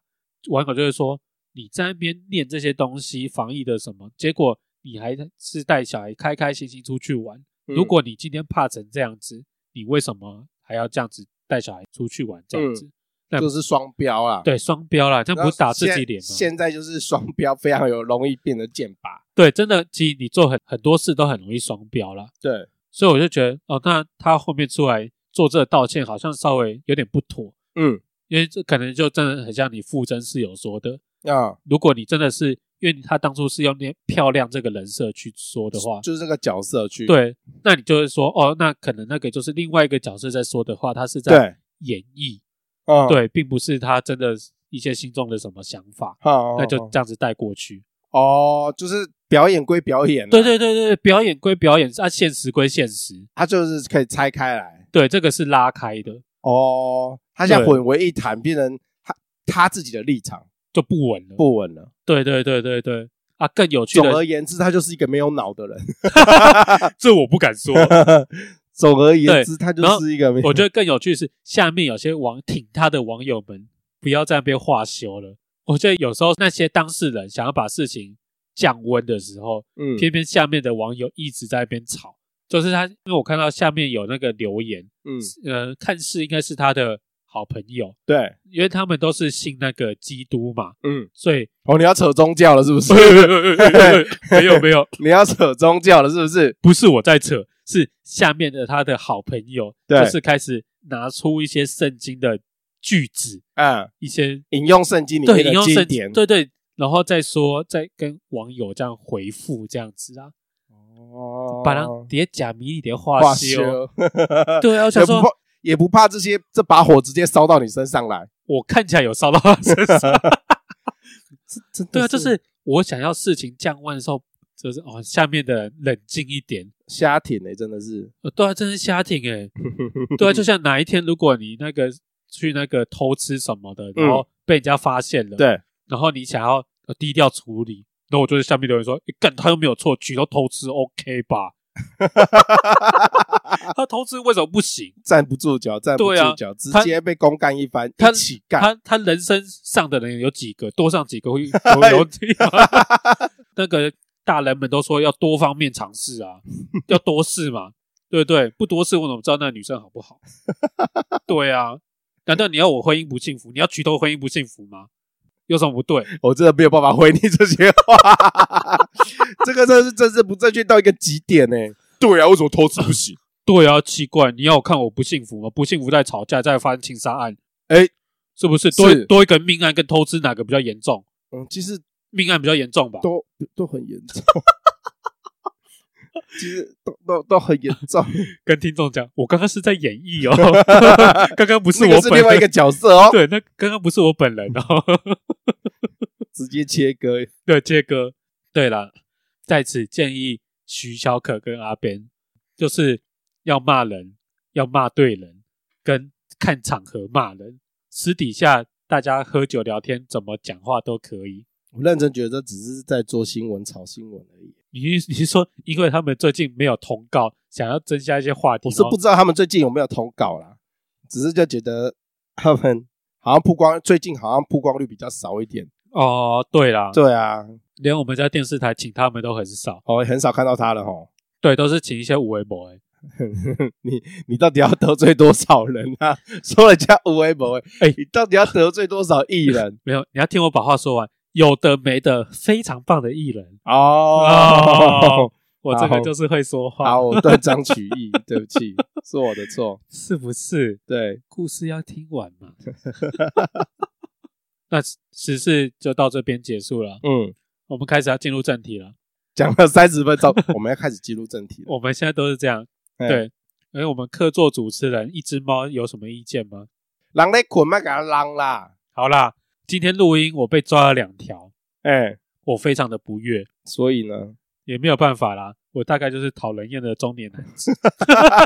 [SPEAKER 2] 网友就会说你在那边念这些东西，防疫的什么，结果你还是带小孩开开心心出去玩。
[SPEAKER 1] 嗯
[SPEAKER 2] 如果你今天怕成这样子，你为什么还要这样子带小孩出去玩这样
[SPEAKER 1] 嗯
[SPEAKER 2] 子？那
[SPEAKER 1] 就是双标啦，
[SPEAKER 2] 对，双标啦，这
[SPEAKER 1] 然
[SPEAKER 2] 样
[SPEAKER 1] 后现在，
[SPEAKER 2] 不是打自己脸吗？
[SPEAKER 1] 现在就是双标，非常有容易变得剑拔，
[SPEAKER 2] 对，真的，其实你做很很多事都很容易双标啦。
[SPEAKER 1] 对，
[SPEAKER 2] 所以我就觉得，哦，那他后面出来做这个道歉，好像稍微有点不妥，
[SPEAKER 1] 嗯
[SPEAKER 2] 因为这可能就真的很像你傅真室友说的，
[SPEAKER 1] 啊，
[SPEAKER 2] 如果你真的是因为他当初是用那漂亮这个人设去说的话，
[SPEAKER 1] 就是这个角色去
[SPEAKER 2] 对，那你就会说，哦，那可能那个就是另外一个角色在说的话，他是在
[SPEAKER 1] 对，
[SPEAKER 2] 演绎，
[SPEAKER 1] 嗯，
[SPEAKER 2] 对，并不是他真的一些心中的什么想法，
[SPEAKER 1] 好，
[SPEAKER 2] 那就
[SPEAKER 1] 好
[SPEAKER 2] 这样子带过去。
[SPEAKER 1] 哦，就是表演归表演，
[SPEAKER 2] 对对，对对，对表演归表演，啊，现实归现实，
[SPEAKER 1] 他就是可以拆开来，
[SPEAKER 2] 对，这个是拉开的，
[SPEAKER 1] 哦，他现在
[SPEAKER 2] 对
[SPEAKER 1] 混为一谈，变成他他自己的立场
[SPEAKER 2] 就不稳了。
[SPEAKER 1] 不稳了。
[SPEAKER 2] 对对对对对，啊，更有趣
[SPEAKER 1] 总
[SPEAKER 2] 的啊
[SPEAKER 1] 而言之，他就是一个没有脑的人。
[SPEAKER 2] 这我不敢说
[SPEAKER 1] 总而言之，他就是一个没有。
[SPEAKER 2] 我觉得更有趣是下面有些网挺他的网友们不要在那边话休了。我觉得有时候那些当事人想要把事情降温的时候，
[SPEAKER 1] 嗯
[SPEAKER 2] 偏偏下面的网友一直在那边吵。就是他，因为我看到下面有那个留言，
[SPEAKER 1] 嗯，
[SPEAKER 2] 呃，看似应该是他的好朋友，
[SPEAKER 1] 对，
[SPEAKER 2] 因为他们都是信那个基督嘛，
[SPEAKER 1] 嗯，
[SPEAKER 2] 所以
[SPEAKER 1] 哦，你要扯宗教了是不是？
[SPEAKER 2] 没有没有，
[SPEAKER 1] 你要扯宗教了是不是？
[SPEAKER 2] 不是我在扯，是下面的他的好朋友，
[SPEAKER 1] 对
[SPEAKER 2] 就是开始拿出一些圣经的句子，
[SPEAKER 1] 嗯，
[SPEAKER 2] 一些
[SPEAKER 1] 引用圣经里
[SPEAKER 2] 对
[SPEAKER 1] 面
[SPEAKER 2] 引
[SPEAKER 1] 的
[SPEAKER 2] 用
[SPEAKER 1] 经
[SPEAKER 2] 圣
[SPEAKER 1] 典
[SPEAKER 2] 经，。对对，然后再说，再跟网友这样回复这样子啊，
[SPEAKER 1] 哦
[SPEAKER 2] 把人叠假迷叠
[SPEAKER 1] 化
[SPEAKER 2] 化修。
[SPEAKER 1] 修，
[SPEAKER 2] 哦对啊，我想
[SPEAKER 1] 也不
[SPEAKER 2] 说
[SPEAKER 1] 怕，也不怕这些这把火直接烧到你身上来。
[SPEAKER 2] 我看起来有烧到他身上。
[SPEAKER 1] 真的
[SPEAKER 2] 对啊，就是我想要事情降温的时候，就是哦，下面的人冷静一点。
[SPEAKER 1] 瞎挺哎，真的 是。
[SPEAKER 2] 呃对啊，真是瞎挺诶、对啊，就像哪一天如果你那个去那个偷吃什么的，然后被人家发现了，
[SPEAKER 1] 对，
[SPEAKER 2] 然后你想要呃低调处理，那我就在下面留言说，诶干他又没有错，举都偷吃 OK 吧？他偷吃为什么不行？
[SPEAKER 1] 站不住脚，站不
[SPEAKER 2] 对啊
[SPEAKER 1] 住脚，直
[SPEAKER 2] 他
[SPEAKER 1] 接被公干一番，
[SPEAKER 2] 他
[SPEAKER 1] 一起干。
[SPEAKER 2] 他他人生上的人有几个？多上几个 会有有 那个大人们都说要多方面尝试啊， 要多试嘛，对不对？不多试我怎么知道那个女生好不好？ 对啊，难道你要我婚姻不幸福？你要娶头婚姻不幸福吗？有什么不对？
[SPEAKER 1] 我真的没有办法回你这些话， 这个真的是政治不正确到一个极点呢、对啊，为什么偷吃不行？
[SPEAKER 2] 对啊，奇怪，你要我看我不幸福吗？不幸福在吵架，在发生情杀案，
[SPEAKER 1] 哎
[SPEAKER 2] 是不是多
[SPEAKER 1] 是
[SPEAKER 2] 多一个命案跟偷吃哪个比较严重？
[SPEAKER 1] 嗯，其实
[SPEAKER 2] 命案比较严重吧？
[SPEAKER 1] 都都很严 重，其实都都都很严重。
[SPEAKER 2] 跟听众讲，我刚刚是在演绎哦， 刚刚不 是
[SPEAKER 1] 那
[SPEAKER 2] 我
[SPEAKER 1] 个是
[SPEAKER 2] 本
[SPEAKER 1] 另外一
[SPEAKER 2] 人
[SPEAKER 1] 个。角色哦，
[SPEAKER 2] 对，那刚刚不是我本人哦。
[SPEAKER 1] 直接切割。
[SPEAKER 2] 对，切割。对了，在此建议徐小可跟阿边，就是要骂人，要骂对人，跟看场合骂人。私底下大家喝酒聊天，怎么讲话都可以。
[SPEAKER 1] 我认真觉得这只是在做新闻、炒新闻而已。
[SPEAKER 2] 你你是说，因为他们最近没有通告，想要增加一些话题，
[SPEAKER 1] 我是不知道他们最近有没有投稿啦，只是就觉得他们好像曝光，最近好像曝光率比较少一点。
[SPEAKER 2] 然后哦，对啦，
[SPEAKER 1] 对啊，
[SPEAKER 2] 连我们家电视台请他们都很少，
[SPEAKER 1] 我很少看到他了吼。
[SPEAKER 2] 对，都是请一些五维博。
[SPEAKER 1] 你你到底要得罪多少人啊？ 说人家无为不为，
[SPEAKER 2] 哎
[SPEAKER 1] 你到底要得罪多少艺 人
[SPEAKER 2] 没有，你要听我把话说完。有的没的，非常棒的艺人，
[SPEAKER 1] 哦
[SPEAKER 2] 哦？我这个就是会说话。
[SPEAKER 1] 好，我断章取义，对不起。是我的错。
[SPEAKER 2] 是不是？
[SPEAKER 1] 对，
[SPEAKER 2] 故事要听完嘛。那时事就到这边结束了，
[SPEAKER 1] 嗯，
[SPEAKER 2] 我们开始要进入正题了。
[SPEAKER 1] 讲了三十分钟， 我们要开始进入正题了。
[SPEAKER 2] 我们现在都是这样，
[SPEAKER 1] 嗯
[SPEAKER 2] 对。因为我们客座主持人一只猫有什么意见吗？
[SPEAKER 1] 人在捆，麦给他浪啦。
[SPEAKER 2] 好啦，今天录音我被抓了两条，
[SPEAKER 1] 哎，
[SPEAKER 2] 我非常的不悦，
[SPEAKER 1] 所以呢，
[SPEAKER 2] 也没有办法啦。我大概就是讨人厌的中年男子，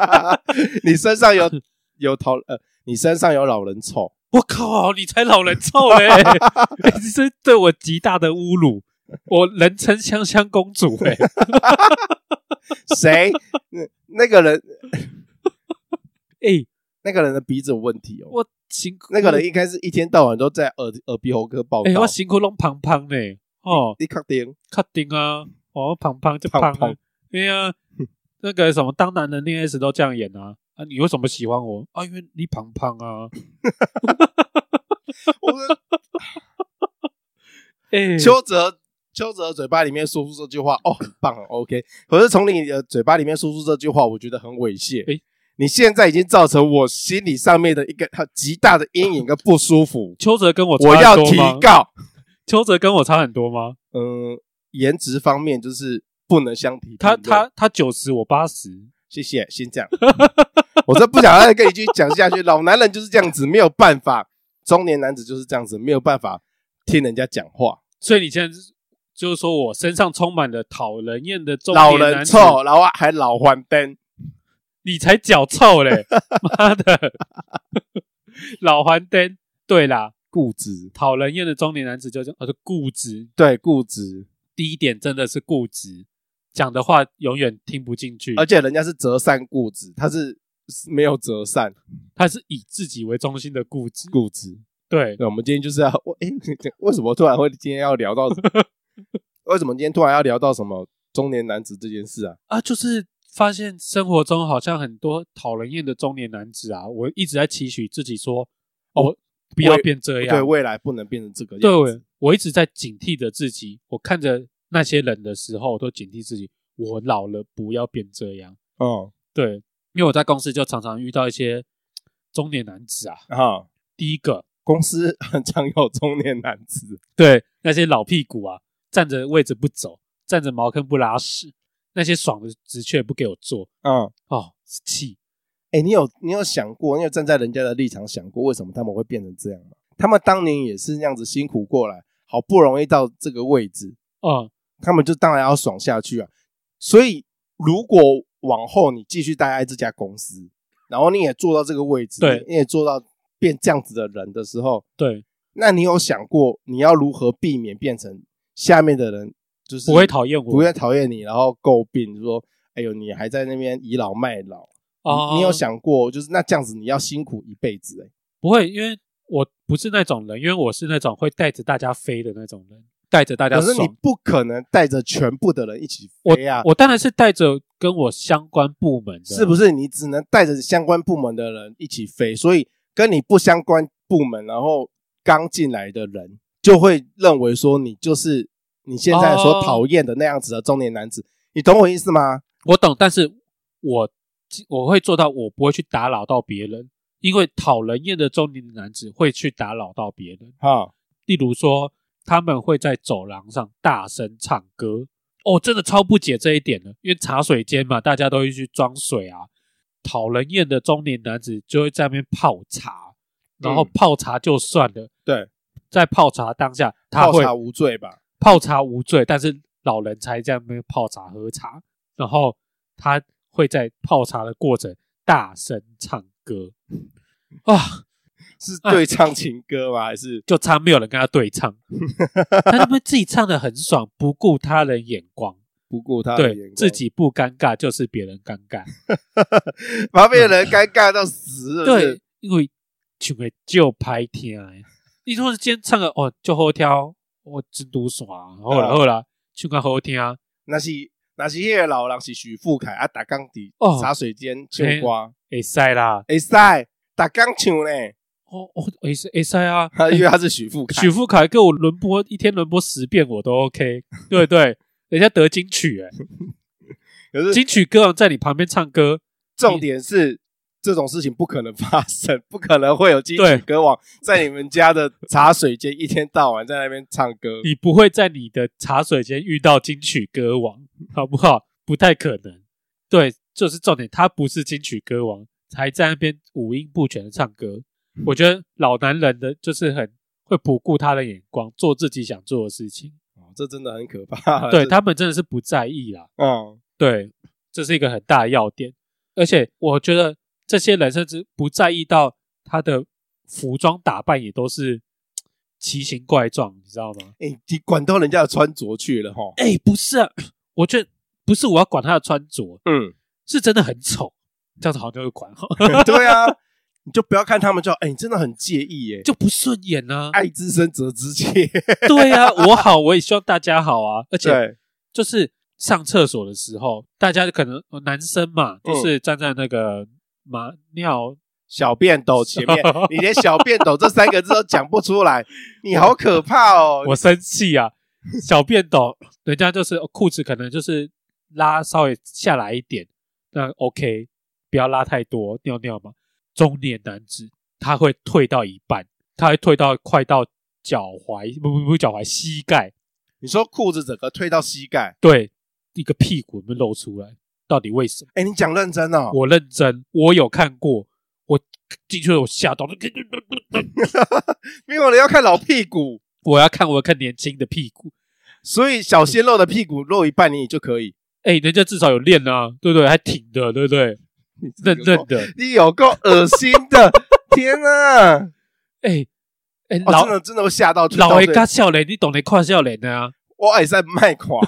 [SPEAKER 1] 你身上有有头呃，你身上有老人臭。
[SPEAKER 2] 我靠，你才老人臭 嘞、欸！你这对我极大的侮辱，我人称香香公主 哎、
[SPEAKER 1] 谁？ 那那个人，
[SPEAKER 2] 欸，
[SPEAKER 1] 那个人的鼻子有问题哦。
[SPEAKER 2] 我辛苦
[SPEAKER 1] 那个人应该是一天到晚都在耳耳鼻喉科报
[SPEAKER 2] 哎、
[SPEAKER 1] 道
[SPEAKER 2] 我。辛苦拢胖胖呢，哦，
[SPEAKER 1] 你确定？
[SPEAKER 2] 确定啊，哦，胖胖就
[SPEAKER 1] 胖
[SPEAKER 2] 胖啊
[SPEAKER 1] 胖，
[SPEAKER 2] 对啊，那个什么当男人恋爱时都这样演啊，啊，你为什么喜欢我啊？因为你胖胖啊，
[SPEAKER 1] 我 说
[SPEAKER 2] 哎、
[SPEAKER 1] 邱泽，邱泽嘴巴里面说出这句话，哦，很棒很，OK 很。可是从你的嘴巴里面说出这句话，我觉得很猥亵。
[SPEAKER 2] 诶，
[SPEAKER 1] 你现在已经造成我心理上面的一个很极大的阴影跟不舒服
[SPEAKER 2] 邱泽 跟我差
[SPEAKER 1] 我要
[SPEAKER 2] 很多
[SPEAKER 1] 提
[SPEAKER 2] 吗？
[SPEAKER 1] 告。
[SPEAKER 2] 邱泽跟我差很多吗？
[SPEAKER 1] 嗯，颜值方面就是不能相提并
[SPEAKER 2] 他
[SPEAKER 1] 论。
[SPEAKER 2] 他他九十，我八十，
[SPEAKER 1] 谢谢，先这样。 我真不想再跟你继续讲下去，老男人就是这样子，没有办法，中年男子就是这样子，没有办法听人家讲话。
[SPEAKER 2] 所以你现在是就是说我身上充满了讨人厌的中
[SPEAKER 1] 老
[SPEAKER 2] 年
[SPEAKER 1] 人
[SPEAKER 2] 男子
[SPEAKER 1] 臭，然后还老黄灯，
[SPEAKER 2] 你才脚臭 嘞，妈的， 老还灯。对啦，
[SPEAKER 1] 固执，
[SPEAKER 2] 讨人厌的中年男子就这样，呃、固执。
[SPEAKER 1] 对，固执，
[SPEAKER 2] 第一点真的是固执，讲的话永远听不进去，
[SPEAKER 1] 而且人家是折扇固执，他是没有折扇
[SPEAKER 2] 他是以自己为中心的固执。
[SPEAKER 1] 固执。
[SPEAKER 2] 对，
[SPEAKER 1] 对，我们今天就是要，我哎、为什么突然会今天要聊到？ 为什么今天突然要聊到什么中年男子这件事啊？
[SPEAKER 2] 啊，就是发现生活中好像很多讨人厌的中年男子啊，我一直在期许自己说，哦，我不要
[SPEAKER 1] 我也
[SPEAKER 2] 变这样，
[SPEAKER 1] 对未来不能变成这个样
[SPEAKER 2] 啊对
[SPEAKER 1] 子。
[SPEAKER 2] 我，我一直在警惕着自己。我看着那些人的时候，我都警惕自己，我老了不要变这样。
[SPEAKER 1] 嗯，
[SPEAKER 2] 对，因为我在公司就常常遇到一些中年男子啊。
[SPEAKER 1] 好、
[SPEAKER 2] 第一个，
[SPEAKER 1] 公司很常有中年男子，
[SPEAKER 2] 对那些老屁股啊，站着位置不走，站着茅坑不拉屎，那些爽的职缺不给我做，
[SPEAKER 1] 嗯，
[SPEAKER 2] 哦，是气。
[SPEAKER 1] 哎、你有你有想过，你有站在人家的立场想过，为什么他们会变成这样吗？他们当年也是那样子辛苦过来，好不容易到这个位置，
[SPEAKER 2] 嗯，
[SPEAKER 1] 他们就当然要爽下去啊。所以，如果往后你继续待在这家公司，然后你也做到这个位置，
[SPEAKER 2] 对
[SPEAKER 1] 你也做到变这样子的人的时候，
[SPEAKER 2] 对，
[SPEAKER 1] 那你有想过你要如何避免变成下面的人就是
[SPEAKER 2] 不会讨厌我，
[SPEAKER 1] 不会讨厌你，然后诟病说：“哎呦，你还在那边倚老卖老。
[SPEAKER 2] 哦
[SPEAKER 1] 你你有想过，就是那这样子你要辛苦一辈子、哎，
[SPEAKER 2] 不会，因为我不是那种人，因为我是那种会带着大家飞的那种人，带着大家
[SPEAKER 1] 欸可是
[SPEAKER 2] 爽。
[SPEAKER 1] 你不可能带着全部的人一起
[SPEAKER 2] 我
[SPEAKER 1] 飞啊，
[SPEAKER 2] 我当然是带着跟我相关部门的，啊
[SPEAKER 1] 是不是？你只能带着相关部门的人一起飞，所以跟你不相关部门，然后刚进来的人就会认为说你就是你现在所
[SPEAKER 2] 哦
[SPEAKER 1] 讨厌的那样子的中年男子，你懂我意思吗？
[SPEAKER 2] 我懂，但是我我会做到，我不会去打扰到别人，因为讨人厌的中年男子会去打扰到别人。
[SPEAKER 1] 哈，
[SPEAKER 2] 例如说，他们会在走廊上大声唱歌，哦，真的超不解这一点的，因为茶水间嘛，大家都会去装水啊。讨人厌的中年男子就会在那边泡茶，然后
[SPEAKER 1] 嗯
[SPEAKER 2] 泡茶就算了，
[SPEAKER 1] 对，
[SPEAKER 2] 在泡茶当下，他
[SPEAKER 1] 泡
[SPEAKER 2] 会
[SPEAKER 1] 茶无罪吧？
[SPEAKER 2] 泡茶无罪，但是老人才在那边泡茶喝茶，然后他会在泡茶的过程大声唱 歌啊，
[SPEAKER 1] 是对唱情歌吗？还是
[SPEAKER 2] 就差没有人跟他 对唱，他那边自己唱的很爽，不顾他人眼光，
[SPEAKER 1] 不顾 他的眼
[SPEAKER 2] 对
[SPEAKER 1] 光
[SPEAKER 2] 自己不尴尬就是别人尴 尬，
[SPEAKER 1] 把别人尴尬到死，是不是
[SPEAKER 2] 对，因为就会就拍天的，你说今天唱个哦就好听哦，我真毒爽，好
[SPEAKER 1] 嗯
[SPEAKER 2] 啦好啦，唱个好听。
[SPEAKER 1] 那是那是迄个老人是许富凯啊，打钢底
[SPEAKER 2] 哦
[SPEAKER 1] 茶水间唱歌，
[SPEAKER 2] 会塞啦，
[SPEAKER 1] 会使打钢唱呢，
[SPEAKER 2] 哦哦，会塞会塞啊，
[SPEAKER 1] 因为他是许富凯
[SPEAKER 2] 许，富凯给我轮播一天轮播十遍我都 OK，对不 对？人家得金曲哎、
[SPEAKER 1] 可是
[SPEAKER 2] 金曲歌王在你旁边唱歌，
[SPEAKER 1] 重点是这种事情不可能发生， 不可能会有金曲
[SPEAKER 2] 对
[SPEAKER 1] 歌王在你们家的茶水间一天到晚在那边唱 歌。
[SPEAKER 2] 你不会在你的茶水间遇到金曲歌王，好不好？不太可能。对，就是重点，他不是金曲歌王，还在那边五音不全的唱歌。我觉得老男人的就是很会不顾他的眼光，做自己想做的事情。
[SPEAKER 1] 哦这真的很可怕。
[SPEAKER 2] 对
[SPEAKER 1] 这，
[SPEAKER 2] 他们真的是不在意啦。
[SPEAKER 1] 嗯，
[SPEAKER 2] 对，这是一个很大的要点。而且我觉得这些人甚至不在意到他的服装打扮也都是奇形怪状，你知道吗？
[SPEAKER 1] 哎、你管到人家的穿着去了哈。
[SPEAKER 2] 哎、不是、啊， 我觉得不是我要管他的穿着，
[SPEAKER 1] 嗯，
[SPEAKER 2] 是真的很丑，这样子好像就管好，
[SPEAKER 1] 对啊，你就不要看他们就，哎、你真的很介意耶。
[SPEAKER 2] 就不顺眼啊。
[SPEAKER 1] 爱之深，责之 切。
[SPEAKER 2] 对啊，我好，我也希望大家好啊。而且
[SPEAKER 1] 对，
[SPEAKER 2] 就是上厕所的时候，大家就可能呃男生嘛，就是站在那个马尿
[SPEAKER 1] 小便斗前 面，你连小便斗这三个字都讲不出来，你好可怕哦。
[SPEAKER 2] 我生气啊！小便斗，人家就是哦裤子可能就是拉稍微下来一点，那 OK，不要拉太多，尿尿嘛。中年男子他会退到一半，他会退到快到脚踝，不不不是脚踝，膝盖，
[SPEAKER 1] 你说裤子整个退到膝盖，
[SPEAKER 2] 对，一个屁股有没有露出来？到底为什么？
[SPEAKER 1] 哎、你讲认真哦。
[SPEAKER 2] 我认真，我有看过，我进去了我吓到，
[SPEAKER 1] 没有人要看老屁股，
[SPEAKER 2] 我要看我要看年轻的屁股，
[SPEAKER 1] 所以小鲜肉的屁股露一半你就可以。
[SPEAKER 2] 哎、人家至少有练啊，对不对？还挺的，对不对？认认的，
[SPEAKER 1] 你有够恶心的，天哪、啊！
[SPEAKER 2] 哎、哎、
[SPEAKER 1] 哦、
[SPEAKER 2] 老
[SPEAKER 1] 真的真的会吓到
[SPEAKER 2] 老
[SPEAKER 1] 一
[SPEAKER 2] 的加笑脸，你懂得跨笑脸的啊，
[SPEAKER 1] 我也在卖垮。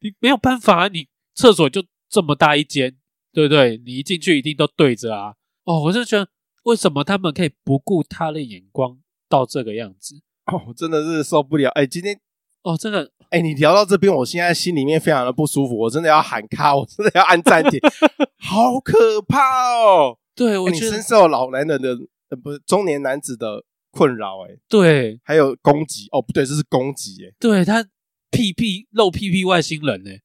[SPEAKER 2] 你没有办法、啊，你厕所就这么大一间，对不对？你一进去一定都对着啊。哦，我就觉得为什么他们可以不顾他的眼光到这个样子？
[SPEAKER 1] 哦，我真的是受不了。哎、今天
[SPEAKER 2] 哦，真的，
[SPEAKER 1] 哎、你聊到这边，我现在心里面非常的不舒服，我真的要喊卡，我真的要按暂停，好可怕哦！
[SPEAKER 2] 对我
[SPEAKER 1] 哎你
[SPEAKER 2] 觉得、
[SPEAKER 1] 深受老男人的呃不是中年男子的困扰，哎，
[SPEAKER 2] 对
[SPEAKER 1] 还有攻击哦，不对，这是攻击，哎，
[SPEAKER 2] 对，他屁屁露屁屁外星人呢、欸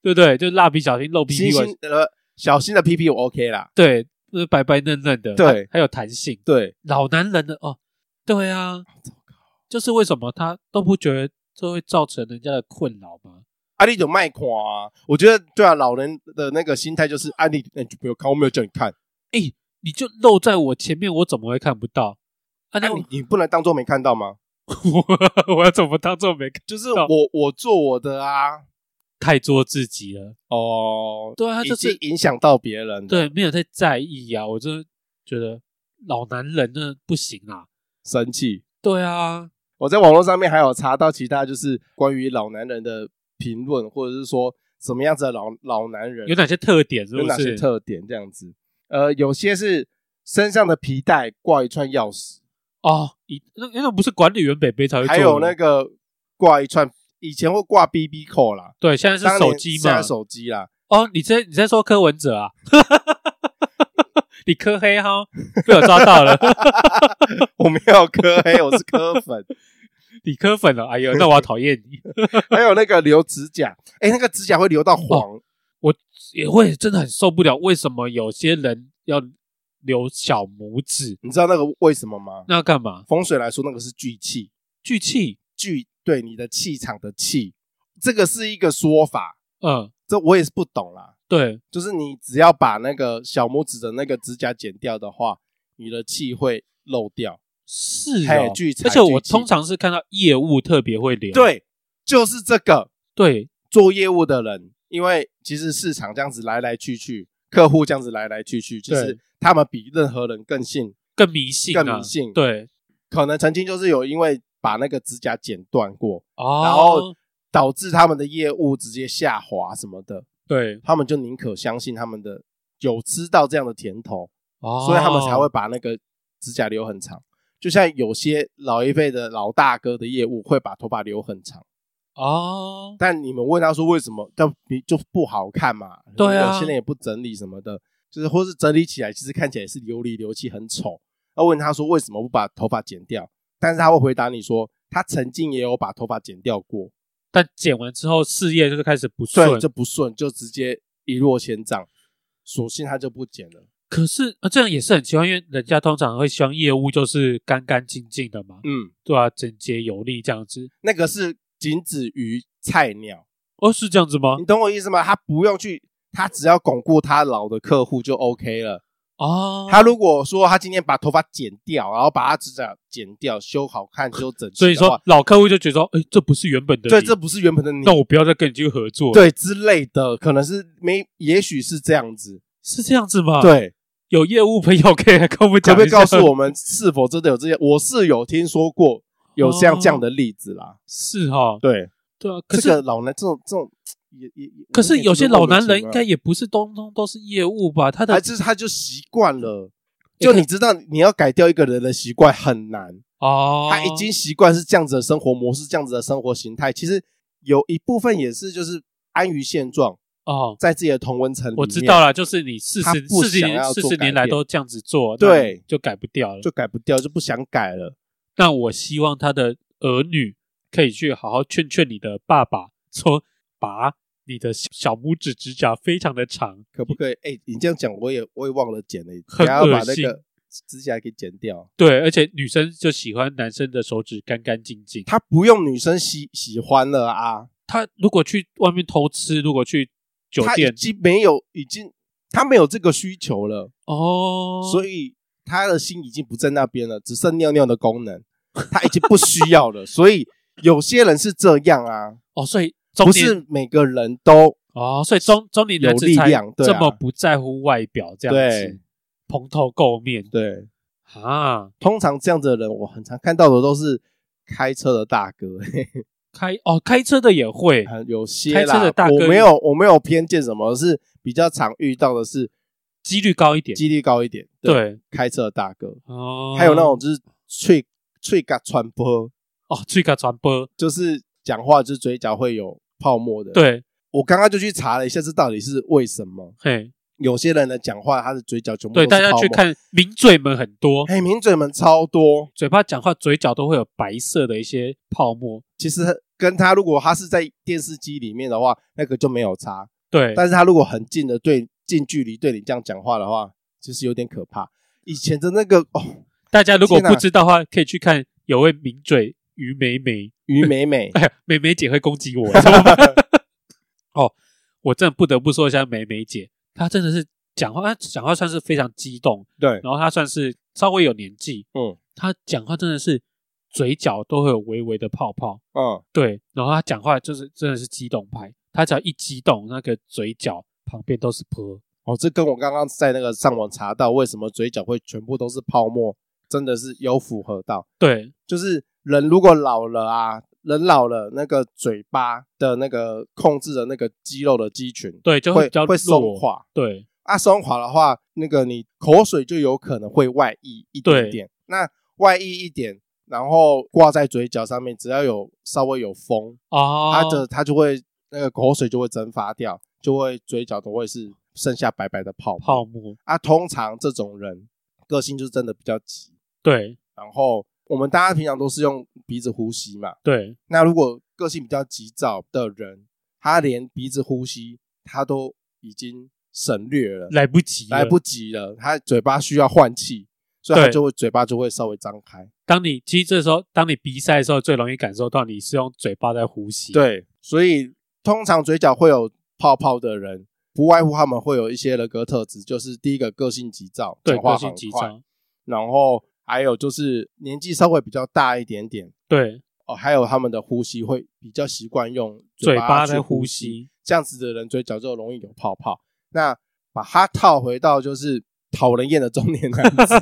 [SPEAKER 2] 对不对？就蜡笔小新露屁
[SPEAKER 1] 星
[SPEAKER 2] 屁外星
[SPEAKER 1] 星呃小心的屁屁我 OK 啦，
[SPEAKER 2] 对，就是白白嫩嫩的，
[SPEAKER 1] 对
[SPEAKER 2] 还还有弹性，
[SPEAKER 1] 对，
[SPEAKER 2] 老男人的哦，对啊，
[SPEAKER 1] 哎
[SPEAKER 2] 就是为什么他都不觉得这会造成人家的困扰吗？
[SPEAKER 1] 阿力有卖垮啊，我觉得对啊，老人的那个心态就是阿力，那你就不要看，我没有叫你看，
[SPEAKER 2] 你就露在我前面，我怎么会看不到？啊，
[SPEAKER 1] 那
[SPEAKER 2] 那我
[SPEAKER 1] 你你不能当做没看到吗？
[SPEAKER 2] 我我要怎么当做没看？
[SPEAKER 1] 就是
[SPEAKER 2] 到
[SPEAKER 1] 我我做我的啊，
[SPEAKER 2] 太做自己了，
[SPEAKER 1] 哦，
[SPEAKER 2] 对啊，
[SPEAKER 1] 已
[SPEAKER 2] 就是
[SPEAKER 1] 经影响到别人了，
[SPEAKER 2] 对，没有太在意啊。我真的觉得老男人呢不行啊，
[SPEAKER 1] 生气。
[SPEAKER 2] 对啊，
[SPEAKER 1] 我在网络上面还有查到其他就是关于老男人的评论，或者是说什么样子的老老男人
[SPEAKER 2] 有哪些特点？是
[SPEAKER 1] 有
[SPEAKER 2] 不
[SPEAKER 1] 哪些
[SPEAKER 2] 是？
[SPEAKER 1] 特点这样子。呃，有些是身上的皮带挂一串钥匙，
[SPEAKER 2] 哦，一那那种不是管理员北北才会做的
[SPEAKER 1] 还
[SPEAKER 2] 吗，
[SPEAKER 1] 有那个挂一串，以前会挂 BB 扣啦，
[SPEAKER 2] 对，现在是
[SPEAKER 1] 当年
[SPEAKER 2] 手机
[SPEAKER 1] 现
[SPEAKER 2] 嘛
[SPEAKER 1] 在，手机啦，
[SPEAKER 2] 哦，你在你在说柯文哲啊？ 你柯黑哈，被我抓到了，
[SPEAKER 1] 我没有磕黑，我是磕粉。
[SPEAKER 2] 你柯粉了，哎呦，那我要讨厌你，
[SPEAKER 1] 还有那个留指甲，哎、那个指甲会留到黄，
[SPEAKER 2] 哦我也会真的很受不了，为什么有些人要留小拇指？
[SPEAKER 1] 你知道那个为什么吗？
[SPEAKER 2] 那要干嘛？
[SPEAKER 1] 风水来说，那个是聚气，
[SPEAKER 2] 聚气？
[SPEAKER 1] 聚对你的气场的气，这个是一个说法，
[SPEAKER 2] 嗯，
[SPEAKER 1] 这我也是不懂啦。
[SPEAKER 2] 对，
[SPEAKER 1] 就是你只要把那个小拇指的那个指甲剪掉的话，你的气会漏掉。
[SPEAKER 2] 是
[SPEAKER 1] 嘿
[SPEAKER 2] 哦
[SPEAKER 1] 聚财
[SPEAKER 2] 而且我
[SPEAKER 1] 聚气
[SPEAKER 2] 通常是看到业务特别会留，
[SPEAKER 1] 对，就是这个
[SPEAKER 2] 对
[SPEAKER 1] 做业务的人，因为其实市场这样子来来去去，客户这样子来来去去，其实
[SPEAKER 2] 对
[SPEAKER 1] 他们比任何人更信，
[SPEAKER 2] 更迷信、啊，
[SPEAKER 1] 更迷信
[SPEAKER 2] 对，
[SPEAKER 1] 可能曾经就是有因为把那个指甲剪断过，
[SPEAKER 2] 哦，
[SPEAKER 1] 然后导致他们的业务直接下滑什么的，
[SPEAKER 2] 对，
[SPEAKER 1] 他们就宁可相信他们的有吃到这样的甜头，
[SPEAKER 2] 哦，
[SPEAKER 1] 所以他们才会把那个指甲留很长。就像有些老一辈的老大哥的业务会把头发留很长，
[SPEAKER 2] 哦，
[SPEAKER 1] 但你们问他说为什么，但你就不好看嘛。
[SPEAKER 2] 对啊
[SPEAKER 1] 有些人也不整理什么的，就是或是整理起来，其实看起来是流里流气，很丑。要问他说为什么不把头发剪掉，但是他会回答你说他曾经也有把头发剪掉过，
[SPEAKER 2] 但剪完之后事业就开始不
[SPEAKER 1] 所以
[SPEAKER 2] 顺
[SPEAKER 1] 就，不顺，就直接一落千丈。索性他就不剪了。
[SPEAKER 2] 可是、啊、这样也是很奇怪，因为人家通常会希望业务就是干干净净的嘛，
[SPEAKER 1] 嗯，
[SPEAKER 2] 对啊，整洁有力这样子。
[SPEAKER 1] 那个是仅止于菜鸟，
[SPEAKER 2] 哦，是这样子吗？
[SPEAKER 1] 你懂我意思吗？他不用去，他只要巩固他老的客户就 OK 了。
[SPEAKER 2] 哦，
[SPEAKER 1] 他如果说他今天把头发剪掉，然后把他指甲剪掉，修好看、修整齐
[SPEAKER 2] 所
[SPEAKER 1] 的
[SPEAKER 2] 以
[SPEAKER 1] 话，
[SPEAKER 2] 说老客户就觉得说，哎，这不是原本的你，
[SPEAKER 1] 对，这不是原本的你，
[SPEAKER 2] 那我不要再跟你继续合作，，
[SPEAKER 1] 对之类的，可能是没，也许是这样子。
[SPEAKER 2] 是这样子吗？，
[SPEAKER 1] 对，
[SPEAKER 2] 有业务朋友可以来跟我们
[SPEAKER 1] 可
[SPEAKER 2] 啊讲
[SPEAKER 1] 不可以
[SPEAKER 2] 一下
[SPEAKER 1] 告诉我们是否真的有这些？我是有听说过有这样
[SPEAKER 2] 哦
[SPEAKER 1] 这样的例子啦。
[SPEAKER 2] 是哈，
[SPEAKER 1] 对，
[SPEAKER 2] 对啊，可
[SPEAKER 1] 这
[SPEAKER 2] 是、
[SPEAKER 1] 个老男这种这种也也，也
[SPEAKER 2] 可是有些老男人
[SPEAKER 1] 莫名其
[SPEAKER 2] 应
[SPEAKER 1] 妙
[SPEAKER 2] 该也不是通通都是业务吧？他
[SPEAKER 1] 还
[SPEAKER 2] 的
[SPEAKER 1] 是他就习惯了。
[SPEAKER 2] 也
[SPEAKER 1] 就
[SPEAKER 2] 可以
[SPEAKER 1] 你知道，你要改掉一个人的习惯很难，
[SPEAKER 2] 哦，
[SPEAKER 1] 他已经习惯是这样子的生活模式，这样子的生活形态。其实有一部分也是就是安于现状，
[SPEAKER 2] 哦，
[SPEAKER 1] 在自己的同温层里面，
[SPEAKER 2] 我知道了，就是你四
[SPEAKER 1] 他
[SPEAKER 2] 十
[SPEAKER 1] 不
[SPEAKER 2] 四十
[SPEAKER 1] 想
[SPEAKER 2] 年
[SPEAKER 1] 要
[SPEAKER 2] 四
[SPEAKER 1] 做
[SPEAKER 2] 十
[SPEAKER 1] 改
[SPEAKER 2] 年来
[SPEAKER 1] 变
[SPEAKER 2] 都这样子做，那
[SPEAKER 1] 对
[SPEAKER 2] 你就改不掉了。
[SPEAKER 1] 就改不掉，就不想改了。
[SPEAKER 2] 那我希望他的儿女可以去好好劝劝你的爸爸，说爸，你的小小拇指指甲非常的长，
[SPEAKER 1] 可不可以？哎、你这样讲，我也我也忘了剪了，
[SPEAKER 2] 很
[SPEAKER 1] 等下要把
[SPEAKER 2] 恶
[SPEAKER 1] 那
[SPEAKER 2] 心
[SPEAKER 1] 个指甲给剪掉。
[SPEAKER 2] 对，而且女生就喜欢男生的手指干干净净。
[SPEAKER 1] 他不用女生喜喜欢了啊，
[SPEAKER 2] 他如果去外面偷吃，如果去酒
[SPEAKER 1] 他已
[SPEAKER 2] 店，
[SPEAKER 1] 经没有，已经他没有这个需求了，
[SPEAKER 2] 哦，以
[SPEAKER 1] 所以他的心已经不在那边了，只剩尿尿的功能， 他已经不需要了。 所以有些人是这样啊，
[SPEAKER 2] 哦，所以中
[SPEAKER 1] 不
[SPEAKER 2] 年
[SPEAKER 1] 是每个人都
[SPEAKER 2] 哦，所以中中年男
[SPEAKER 1] 有
[SPEAKER 2] 子
[SPEAKER 1] 力
[SPEAKER 2] 才
[SPEAKER 1] 量对
[SPEAKER 2] 这
[SPEAKER 1] 啊
[SPEAKER 2] 么不在乎外表，这样
[SPEAKER 1] 对
[SPEAKER 2] 子蓬头垢面
[SPEAKER 1] 对。
[SPEAKER 2] 啊，
[SPEAKER 1] 通常这样子的人，我很常看到的都是开车的大哥、 嘿嘿
[SPEAKER 2] 开哦开车的也会
[SPEAKER 1] 啊有些
[SPEAKER 2] 开车
[SPEAKER 1] 啦，
[SPEAKER 2] 的大哥
[SPEAKER 1] 我没有我没有偏见什么，是比较常遇到的是
[SPEAKER 2] 几率高一点，
[SPEAKER 1] 几率高一点，对，
[SPEAKER 2] 对
[SPEAKER 1] 开车的大哥，
[SPEAKER 2] 哦，
[SPEAKER 1] 还有那种就是脆脆嘎传播，
[SPEAKER 2] 哦追个传播，
[SPEAKER 1] 就是讲话就是嘴角会有泡沫的。，
[SPEAKER 2] 对，
[SPEAKER 1] 我刚刚就去查了一下，这到底是为什么？
[SPEAKER 2] 嘿，有
[SPEAKER 1] 有些人的讲话，他的嘴角全部
[SPEAKER 2] 对
[SPEAKER 1] 都
[SPEAKER 2] 大
[SPEAKER 1] 是
[SPEAKER 2] 家
[SPEAKER 1] 泡
[SPEAKER 2] 去
[SPEAKER 1] 沫，
[SPEAKER 2] 看名嘴们很多，
[SPEAKER 1] 哎，名嘴们超多。
[SPEAKER 2] 嘴巴讲话嘴角都会有白色的一些泡沫，
[SPEAKER 1] 其实跟他如果他是在电视机里面的话，那个就没有差。
[SPEAKER 2] 对，
[SPEAKER 1] 但是他如果很近的对近距离对你这样讲话的话，其实有点可怕。以前的那个哦，
[SPEAKER 2] 大家如果
[SPEAKER 1] 天哪
[SPEAKER 2] 不知道的话，可以去看有位名嘴于美美，，
[SPEAKER 1] 于美美
[SPEAKER 2] 哎呀，美美姐会攻击 我， 怎么办哦，我真的不得不说一下美美姐，她真的是讲话，她讲话算是非常激动，
[SPEAKER 1] 对，
[SPEAKER 2] 然后她算是稍微有年纪，
[SPEAKER 1] 嗯
[SPEAKER 2] 她讲话真的是嘴角都会有微微的泡泡，
[SPEAKER 1] 嗯，
[SPEAKER 2] 对，然后她讲话就是真的是激动派，她只要一激动，那个嘴角旁边都是坡，
[SPEAKER 1] 哦，这跟我刚刚在那个上网查到为什么嘴角会全部都是泡沫，真的是有符合到，
[SPEAKER 2] 对，
[SPEAKER 1] 就是人如果老了啊，人老了，那个嘴巴的那个控制的那个肌肉的肌群
[SPEAKER 2] 对，就会
[SPEAKER 1] 会
[SPEAKER 2] 比较
[SPEAKER 1] 会
[SPEAKER 2] 弱
[SPEAKER 1] 松，垮。
[SPEAKER 2] 对，
[SPEAKER 1] 啊，松垮的话，那个你口水就有可能会外溢一点
[SPEAKER 2] 对
[SPEAKER 1] 点。那外溢一点，然后挂在嘴角上面，只要有稍微有风，
[SPEAKER 2] 哦，
[SPEAKER 1] 它的它就会那个口水就会蒸发掉，就会嘴角都会是剩下白白的泡沫
[SPEAKER 2] 泡沫，
[SPEAKER 1] 啊。通常这种人个性就真的比较急，
[SPEAKER 2] 对
[SPEAKER 1] 然后我们大家平常都是用鼻子呼吸嘛。
[SPEAKER 2] 对，
[SPEAKER 1] 那如果个性比较急躁的人，他连鼻子呼吸他都已经省略了，
[SPEAKER 2] 来不及，
[SPEAKER 1] 来不及了，他嘴巴需要换气，所以他
[SPEAKER 2] 对
[SPEAKER 1] 就会嘴巴就会稍微张开。
[SPEAKER 2] 当你其实这时候，当你鼻塞的时候，最容易感受到你是用嘴巴在呼吸。，
[SPEAKER 1] 对，所以通常嘴角会有泡泡的人，不外乎他们会有一些人格特质，就是第一个个性急躁，
[SPEAKER 2] 对，
[SPEAKER 1] 讲话
[SPEAKER 2] 个
[SPEAKER 1] 很
[SPEAKER 2] 性
[SPEAKER 1] 快
[SPEAKER 2] 急，躁，
[SPEAKER 1] 然后还有就是年纪稍微比较大一点点
[SPEAKER 2] 对，
[SPEAKER 1] 哦，还有他们的呼吸会比较习惯用
[SPEAKER 2] 嘴
[SPEAKER 1] 巴
[SPEAKER 2] 巴
[SPEAKER 1] 去
[SPEAKER 2] 在
[SPEAKER 1] 呼
[SPEAKER 2] 呼
[SPEAKER 1] 吸，
[SPEAKER 2] 吸。
[SPEAKER 1] 这样子的人嘴角就容易有泡泡。那把它套回到就是讨人厌的中年男 子，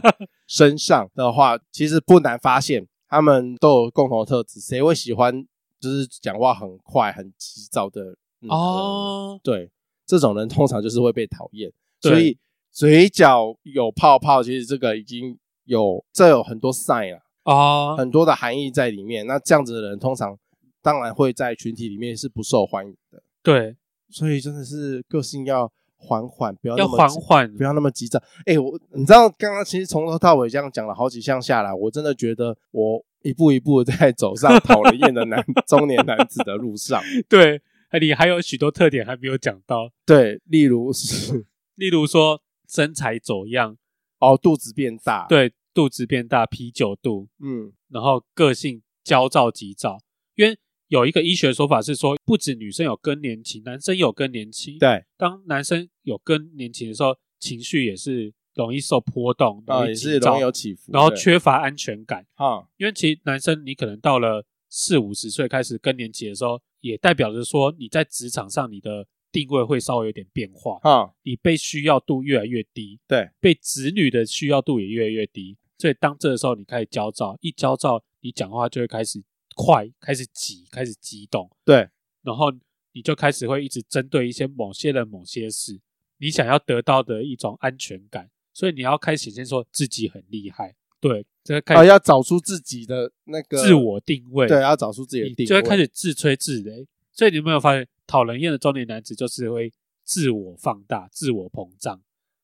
[SPEAKER 1] 身上的话，其实不难发现，他们都有共同的特质。谁会喜欢就是讲话很快、很急躁的？嗯，
[SPEAKER 2] 哦，
[SPEAKER 1] 对，这种人通常就是会被讨厌。
[SPEAKER 2] 对
[SPEAKER 1] 所以嘴角有泡泡，其实这个已经有这有很多 sign 啊了，
[SPEAKER 2] 哦，
[SPEAKER 1] 很多的含义在里面。那这样子的人，通常当然会在群体里面是不受欢迎的。
[SPEAKER 2] 对，
[SPEAKER 1] 所以真的是个性要缓缓，不要
[SPEAKER 2] 要
[SPEAKER 1] 那么
[SPEAKER 2] 缓
[SPEAKER 1] 急
[SPEAKER 2] 缓
[SPEAKER 1] 不。要那么急躁。哎、我你知道刚刚其实从头到尾这样讲了好几项下来，我真的觉得我一步一步地在走上讨人厌的男中年男子 的路上。
[SPEAKER 2] 哎对，你还有许多特点还没有讲到。
[SPEAKER 1] 对，例如是
[SPEAKER 2] 例如说身材走样，
[SPEAKER 1] 哦，肚子变大，，
[SPEAKER 2] 对肚子变大、啤酒肚，
[SPEAKER 1] 嗯，
[SPEAKER 2] 然后个性焦躁急躁。因为有一个医学说法是说，不止女生有更年期，男生有更年期。，
[SPEAKER 1] 对，
[SPEAKER 2] 当男生有更年期的时候，情绪也是容易受波动，
[SPEAKER 1] 啊，
[SPEAKER 2] 易
[SPEAKER 1] 也
[SPEAKER 2] 急
[SPEAKER 1] 是
[SPEAKER 2] 躁
[SPEAKER 1] 容易，有起伏，
[SPEAKER 2] 然后
[SPEAKER 1] 对
[SPEAKER 2] 缺乏安全感。
[SPEAKER 1] 哈，
[SPEAKER 2] 因为其实男生你可能到了四五十岁开始更年期的时候，也代表着说你在职场上你的定位会稍微有点变化，
[SPEAKER 1] 哈，
[SPEAKER 2] 你被需要度越来越低，
[SPEAKER 1] 对，
[SPEAKER 2] 被子女的需要度也越来越低。所以当这个时候你开始焦躁，一焦躁你讲话就会开始快，开始急，开始激动，
[SPEAKER 1] 对，
[SPEAKER 2] 然后你就开始会一直针对一些某些人、某些事，你想要得到的一种安全感，所以你要开始先说自己很厉害，对，这个开始
[SPEAKER 1] 啊，要找出自己的那个
[SPEAKER 2] 自，我定位，
[SPEAKER 1] 对，要找出自己的定
[SPEAKER 2] 你
[SPEAKER 1] 位，
[SPEAKER 2] 就会开始自吹自擂。所以你有没有发现，讨人厌的中年男子就是会自我放大、自我膨胀，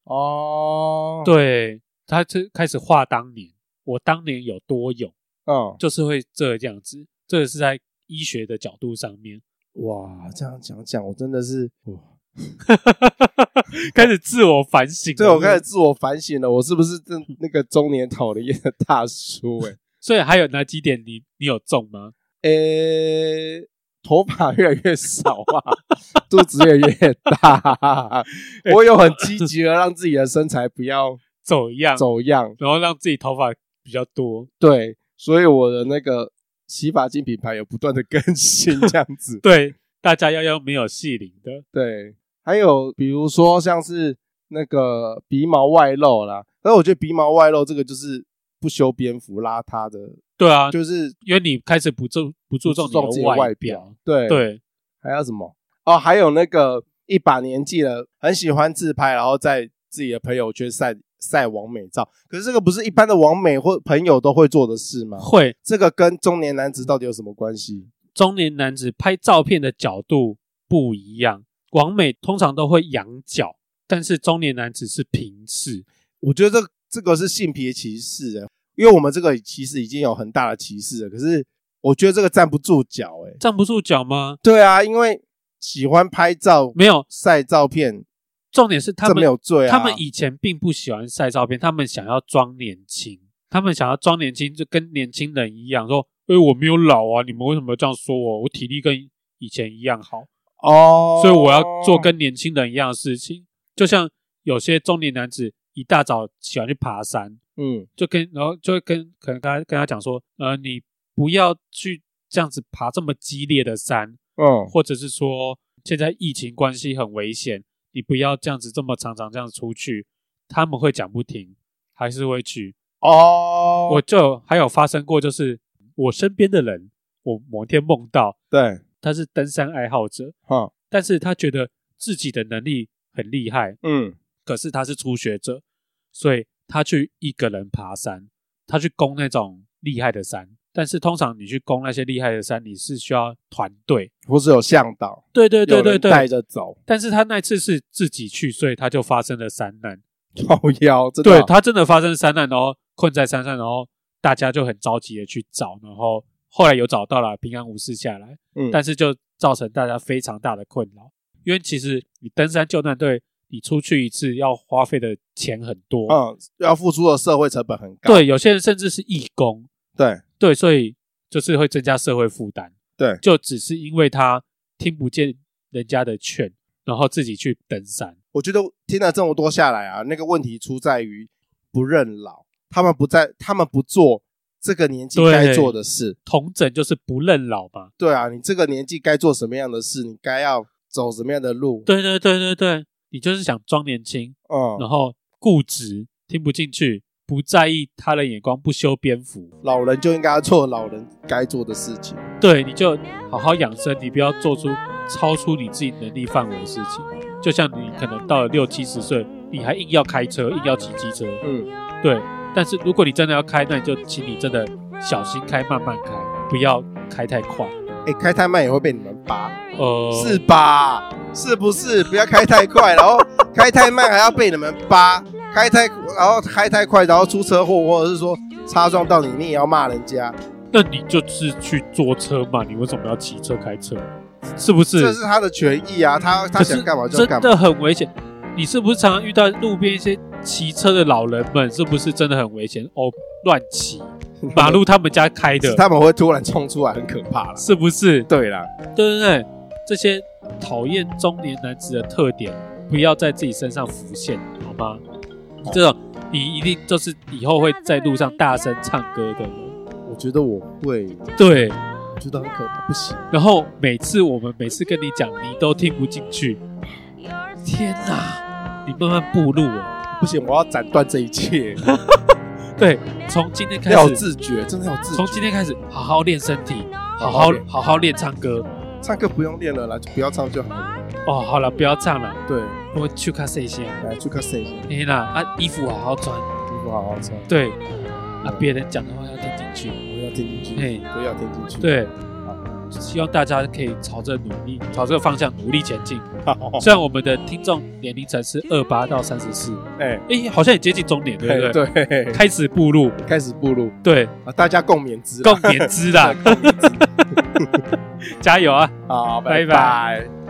[SPEAKER 1] 哦，，
[SPEAKER 2] 对他就开始话当年，我当年有多勇，
[SPEAKER 1] 嗯，
[SPEAKER 2] 就是会这样子。这个是在医学的角度上 面，
[SPEAKER 1] 哇，这样讲讲，我真的是，哇
[SPEAKER 2] 开始自我反省。
[SPEAKER 1] 对我开始，自我反省了，我是不是真那个中年讨人厌的大叔、欸？
[SPEAKER 2] 所以还有哪几点你你有中吗？
[SPEAKER 1] 诶、头发越来越少啊， 肚子越来越 大，啊我有很积极的让自己的身材不要
[SPEAKER 2] 走样，
[SPEAKER 1] 走样，
[SPEAKER 2] 然后让自己头发比较多。
[SPEAKER 1] 对，所以我的那个洗发精品牌有不断的更新，这样子，
[SPEAKER 2] 对，大家要用没有细鳞的，
[SPEAKER 1] 对，还有比如说像是那个鼻毛外露啦，但是我觉得鼻毛外露这个就是不修边幅、邋遢的，
[SPEAKER 2] 对啊，
[SPEAKER 1] 就是
[SPEAKER 2] 因为你开始不注不注重
[SPEAKER 1] 重自
[SPEAKER 2] 你
[SPEAKER 1] 己
[SPEAKER 2] 的
[SPEAKER 1] 的外
[SPEAKER 2] 表
[SPEAKER 1] 表，，对
[SPEAKER 2] 对，
[SPEAKER 1] 还有什么？哦，还有那个一把年纪了，很喜欢自拍，然后在自己的朋友圈晒晒完美照。可是这个不是一般的完美或朋友都会做的事吗？
[SPEAKER 2] 会
[SPEAKER 1] 这个跟中年男子到底有什么关系？
[SPEAKER 2] 中年男子拍照片的角度不一样，王美通常都会仰角，但是中年男子是平视，
[SPEAKER 1] 我觉得这这个是性别歧视的，因为我们这个其实已经有很大的歧视了。可是我觉得这个站不住脚、欸，
[SPEAKER 2] 站不住脚吗？
[SPEAKER 1] 对啊，因为喜欢拍照、
[SPEAKER 2] 没有，
[SPEAKER 1] 晒照片，
[SPEAKER 2] 重点是他
[SPEAKER 1] 这
[SPEAKER 2] 们
[SPEAKER 1] 没有罪啊。
[SPEAKER 2] 他们以前并不喜欢晒照片，他们想要装年轻，他们想要装年轻，就跟年轻人一样说：“哎、我没有老啊，你们为什么这样说我？我体力跟以前一样好。”
[SPEAKER 1] 哦，
[SPEAKER 2] 所以我要做跟年轻人一样的事情。就像有些中年男子一大早喜欢去爬山，
[SPEAKER 1] 嗯
[SPEAKER 2] 就跟然后就会跟可能跟他跟他讲说，呃，你不要去这样子爬这么激烈的山，
[SPEAKER 1] 嗯
[SPEAKER 2] 或者是说现在疫情关系很危险，你不要这样子这么常常这样出去。他们会讲不停，还是会去。
[SPEAKER 1] 哦，
[SPEAKER 2] 我就还有发生过，就是我身边的人，我某天梦到
[SPEAKER 1] 对，
[SPEAKER 2] 他是登山爱好者，
[SPEAKER 1] 哈，
[SPEAKER 2] 但是他觉得自己的能力很厉害，
[SPEAKER 1] 嗯，
[SPEAKER 2] 可是他是初学者，所以他去一个人爬山，他去攻那种厉害的山。但是通常你去攻那些厉害的山，你是需要团队，
[SPEAKER 1] 或是有向导，
[SPEAKER 2] 对对对
[SPEAKER 1] 有
[SPEAKER 2] 对
[SPEAKER 1] 人带
[SPEAKER 2] 对。
[SPEAKER 1] 着走，
[SPEAKER 2] 但是他那次是自己去，所以他就发生了山难。
[SPEAKER 1] 靠腰，真的
[SPEAKER 2] 对
[SPEAKER 1] 啊，
[SPEAKER 2] 他真的发生山难，然后困在山上，然后大家就很着急的去找，然后后来有找到了，平安无事下来。
[SPEAKER 1] 嗯，
[SPEAKER 2] 但是就造成大家非常大的困扰，因为其实你登山救难队，你出去一次要花费的钱很多，
[SPEAKER 1] 嗯，要付出的社会成本很高，
[SPEAKER 2] 对，有些人甚至是义工，
[SPEAKER 1] 对
[SPEAKER 2] 对，所以就是会增加社会负担，
[SPEAKER 1] 对
[SPEAKER 2] 就只是因为他听不见人家的劝，然后自己去登山，
[SPEAKER 1] 我觉得听了这么多下来啊，那个问题出在于不认老，他们不在，他们不做这个年纪
[SPEAKER 2] 对
[SPEAKER 1] 该做的事，
[SPEAKER 2] 同整就是不认老嘛，
[SPEAKER 1] 对啊，你这个年纪该做什么样的事，你该要走什么样的路，
[SPEAKER 2] 对对对对对，你就是想装年轻，然
[SPEAKER 1] 嗯，
[SPEAKER 2] 后固执，听不进去，不在意他人眼光，不修边幅，
[SPEAKER 1] 老人就应该要做老人该做的事情，
[SPEAKER 2] 对，你就好好养生，你不要做出超出你自己能力范围的事情。就像你可能到了六七十岁，你还硬要开车，硬要骑机车，
[SPEAKER 1] 嗯，
[SPEAKER 2] 对。但是如果你真的要开，那你就请你真的小心开，慢慢开，不要开太快。
[SPEAKER 1] 哎，开太慢也会被你们扒。
[SPEAKER 2] 呃，
[SPEAKER 1] 是吧？是不是？不要开太快，然后开太慢还要被你们扒，开太然后开太快，然后出车祸，或者是说擦撞到你，你也要骂人家，
[SPEAKER 2] 那你就是去坐车嘛，你为什么要骑车开车？是不是？嗯
[SPEAKER 1] 这是他的权益啊，他他
[SPEAKER 2] 可是
[SPEAKER 1] 想干嘛就
[SPEAKER 2] 真
[SPEAKER 1] 干嘛。
[SPEAKER 2] 的很危险。你是不是常常遇到路边一些骑车的老人们？是不是真的很危险？哦，乱 骑马路，他们家开的
[SPEAKER 1] 是，他们会突然冲出来，很可怕啦。
[SPEAKER 2] 是不是？
[SPEAKER 1] 对啦，
[SPEAKER 2] 对不对？这些讨厌中年男子的特点，不要在自己身上浮现，好吗？这种你一定就是以后会在路上大声唱歌的人。
[SPEAKER 1] 我觉得我会，
[SPEAKER 2] 对，
[SPEAKER 1] 我觉得很可怕，不行。
[SPEAKER 2] 然后每次我们每次跟你讲，你都听不进去。天哪，你慢慢步入哦了。
[SPEAKER 1] 不行，我要斩断这一 切，
[SPEAKER 2] 对，从今天开
[SPEAKER 1] 要有
[SPEAKER 2] 始，
[SPEAKER 1] 自觉，真的要有自
[SPEAKER 2] 从
[SPEAKER 1] 觉。
[SPEAKER 2] 今天开始好好练身体，
[SPEAKER 1] 好
[SPEAKER 2] 好
[SPEAKER 1] 好
[SPEAKER 2] 好
[SPEAKER 1] 练
[SPEAKER 2] 好好练唱歌。
[SPEAKER 1] 唱歌不用练了啦，就不要唱就好了。
[SPEAKER 2] 哦，好了，不要唱了，
[SPEAKER 1] 对，
[SPEAKER 2] 我去看谁先。
[SPEAKER 1] 来去看谁，衣
[SPEAKER 2] 天哪，啊，衣服好好穿。
[SPEAKER 1] 服好好穿，
[SPEAKER 2] 对，啊，别人讲的话要听进去。
[SPEAKER 1] 我要听进去，
[SPEAKER 2] 嘿
[SPEAKER 1] 不要听进去。，
[SPEAKER 2] 对，希望大家可以朝着努力，朝这个方向努力前进。
[SPEAKER 1] 好，
[SPEAKER 2] 虽然我们的听众年龄层是二八到三十四，
[SPEAKER 1] 哎，
[SPEAKER 2] 哎，好像也接近中年，对不对？
[SPEAKER 1] 对，
[SPEAKER 2] 开始步入，
[SPEAKER 1] 开始步入
[SPEAKER 2] 对，
[SPEAKER 1] 啊，大家共勉之啦，
[SPEAKER 2] 共勉之啦，加油啊！
[SPEAKER 1] 好，
[SPEAKER 2] 拜
[SPEAKER 1] 拜拜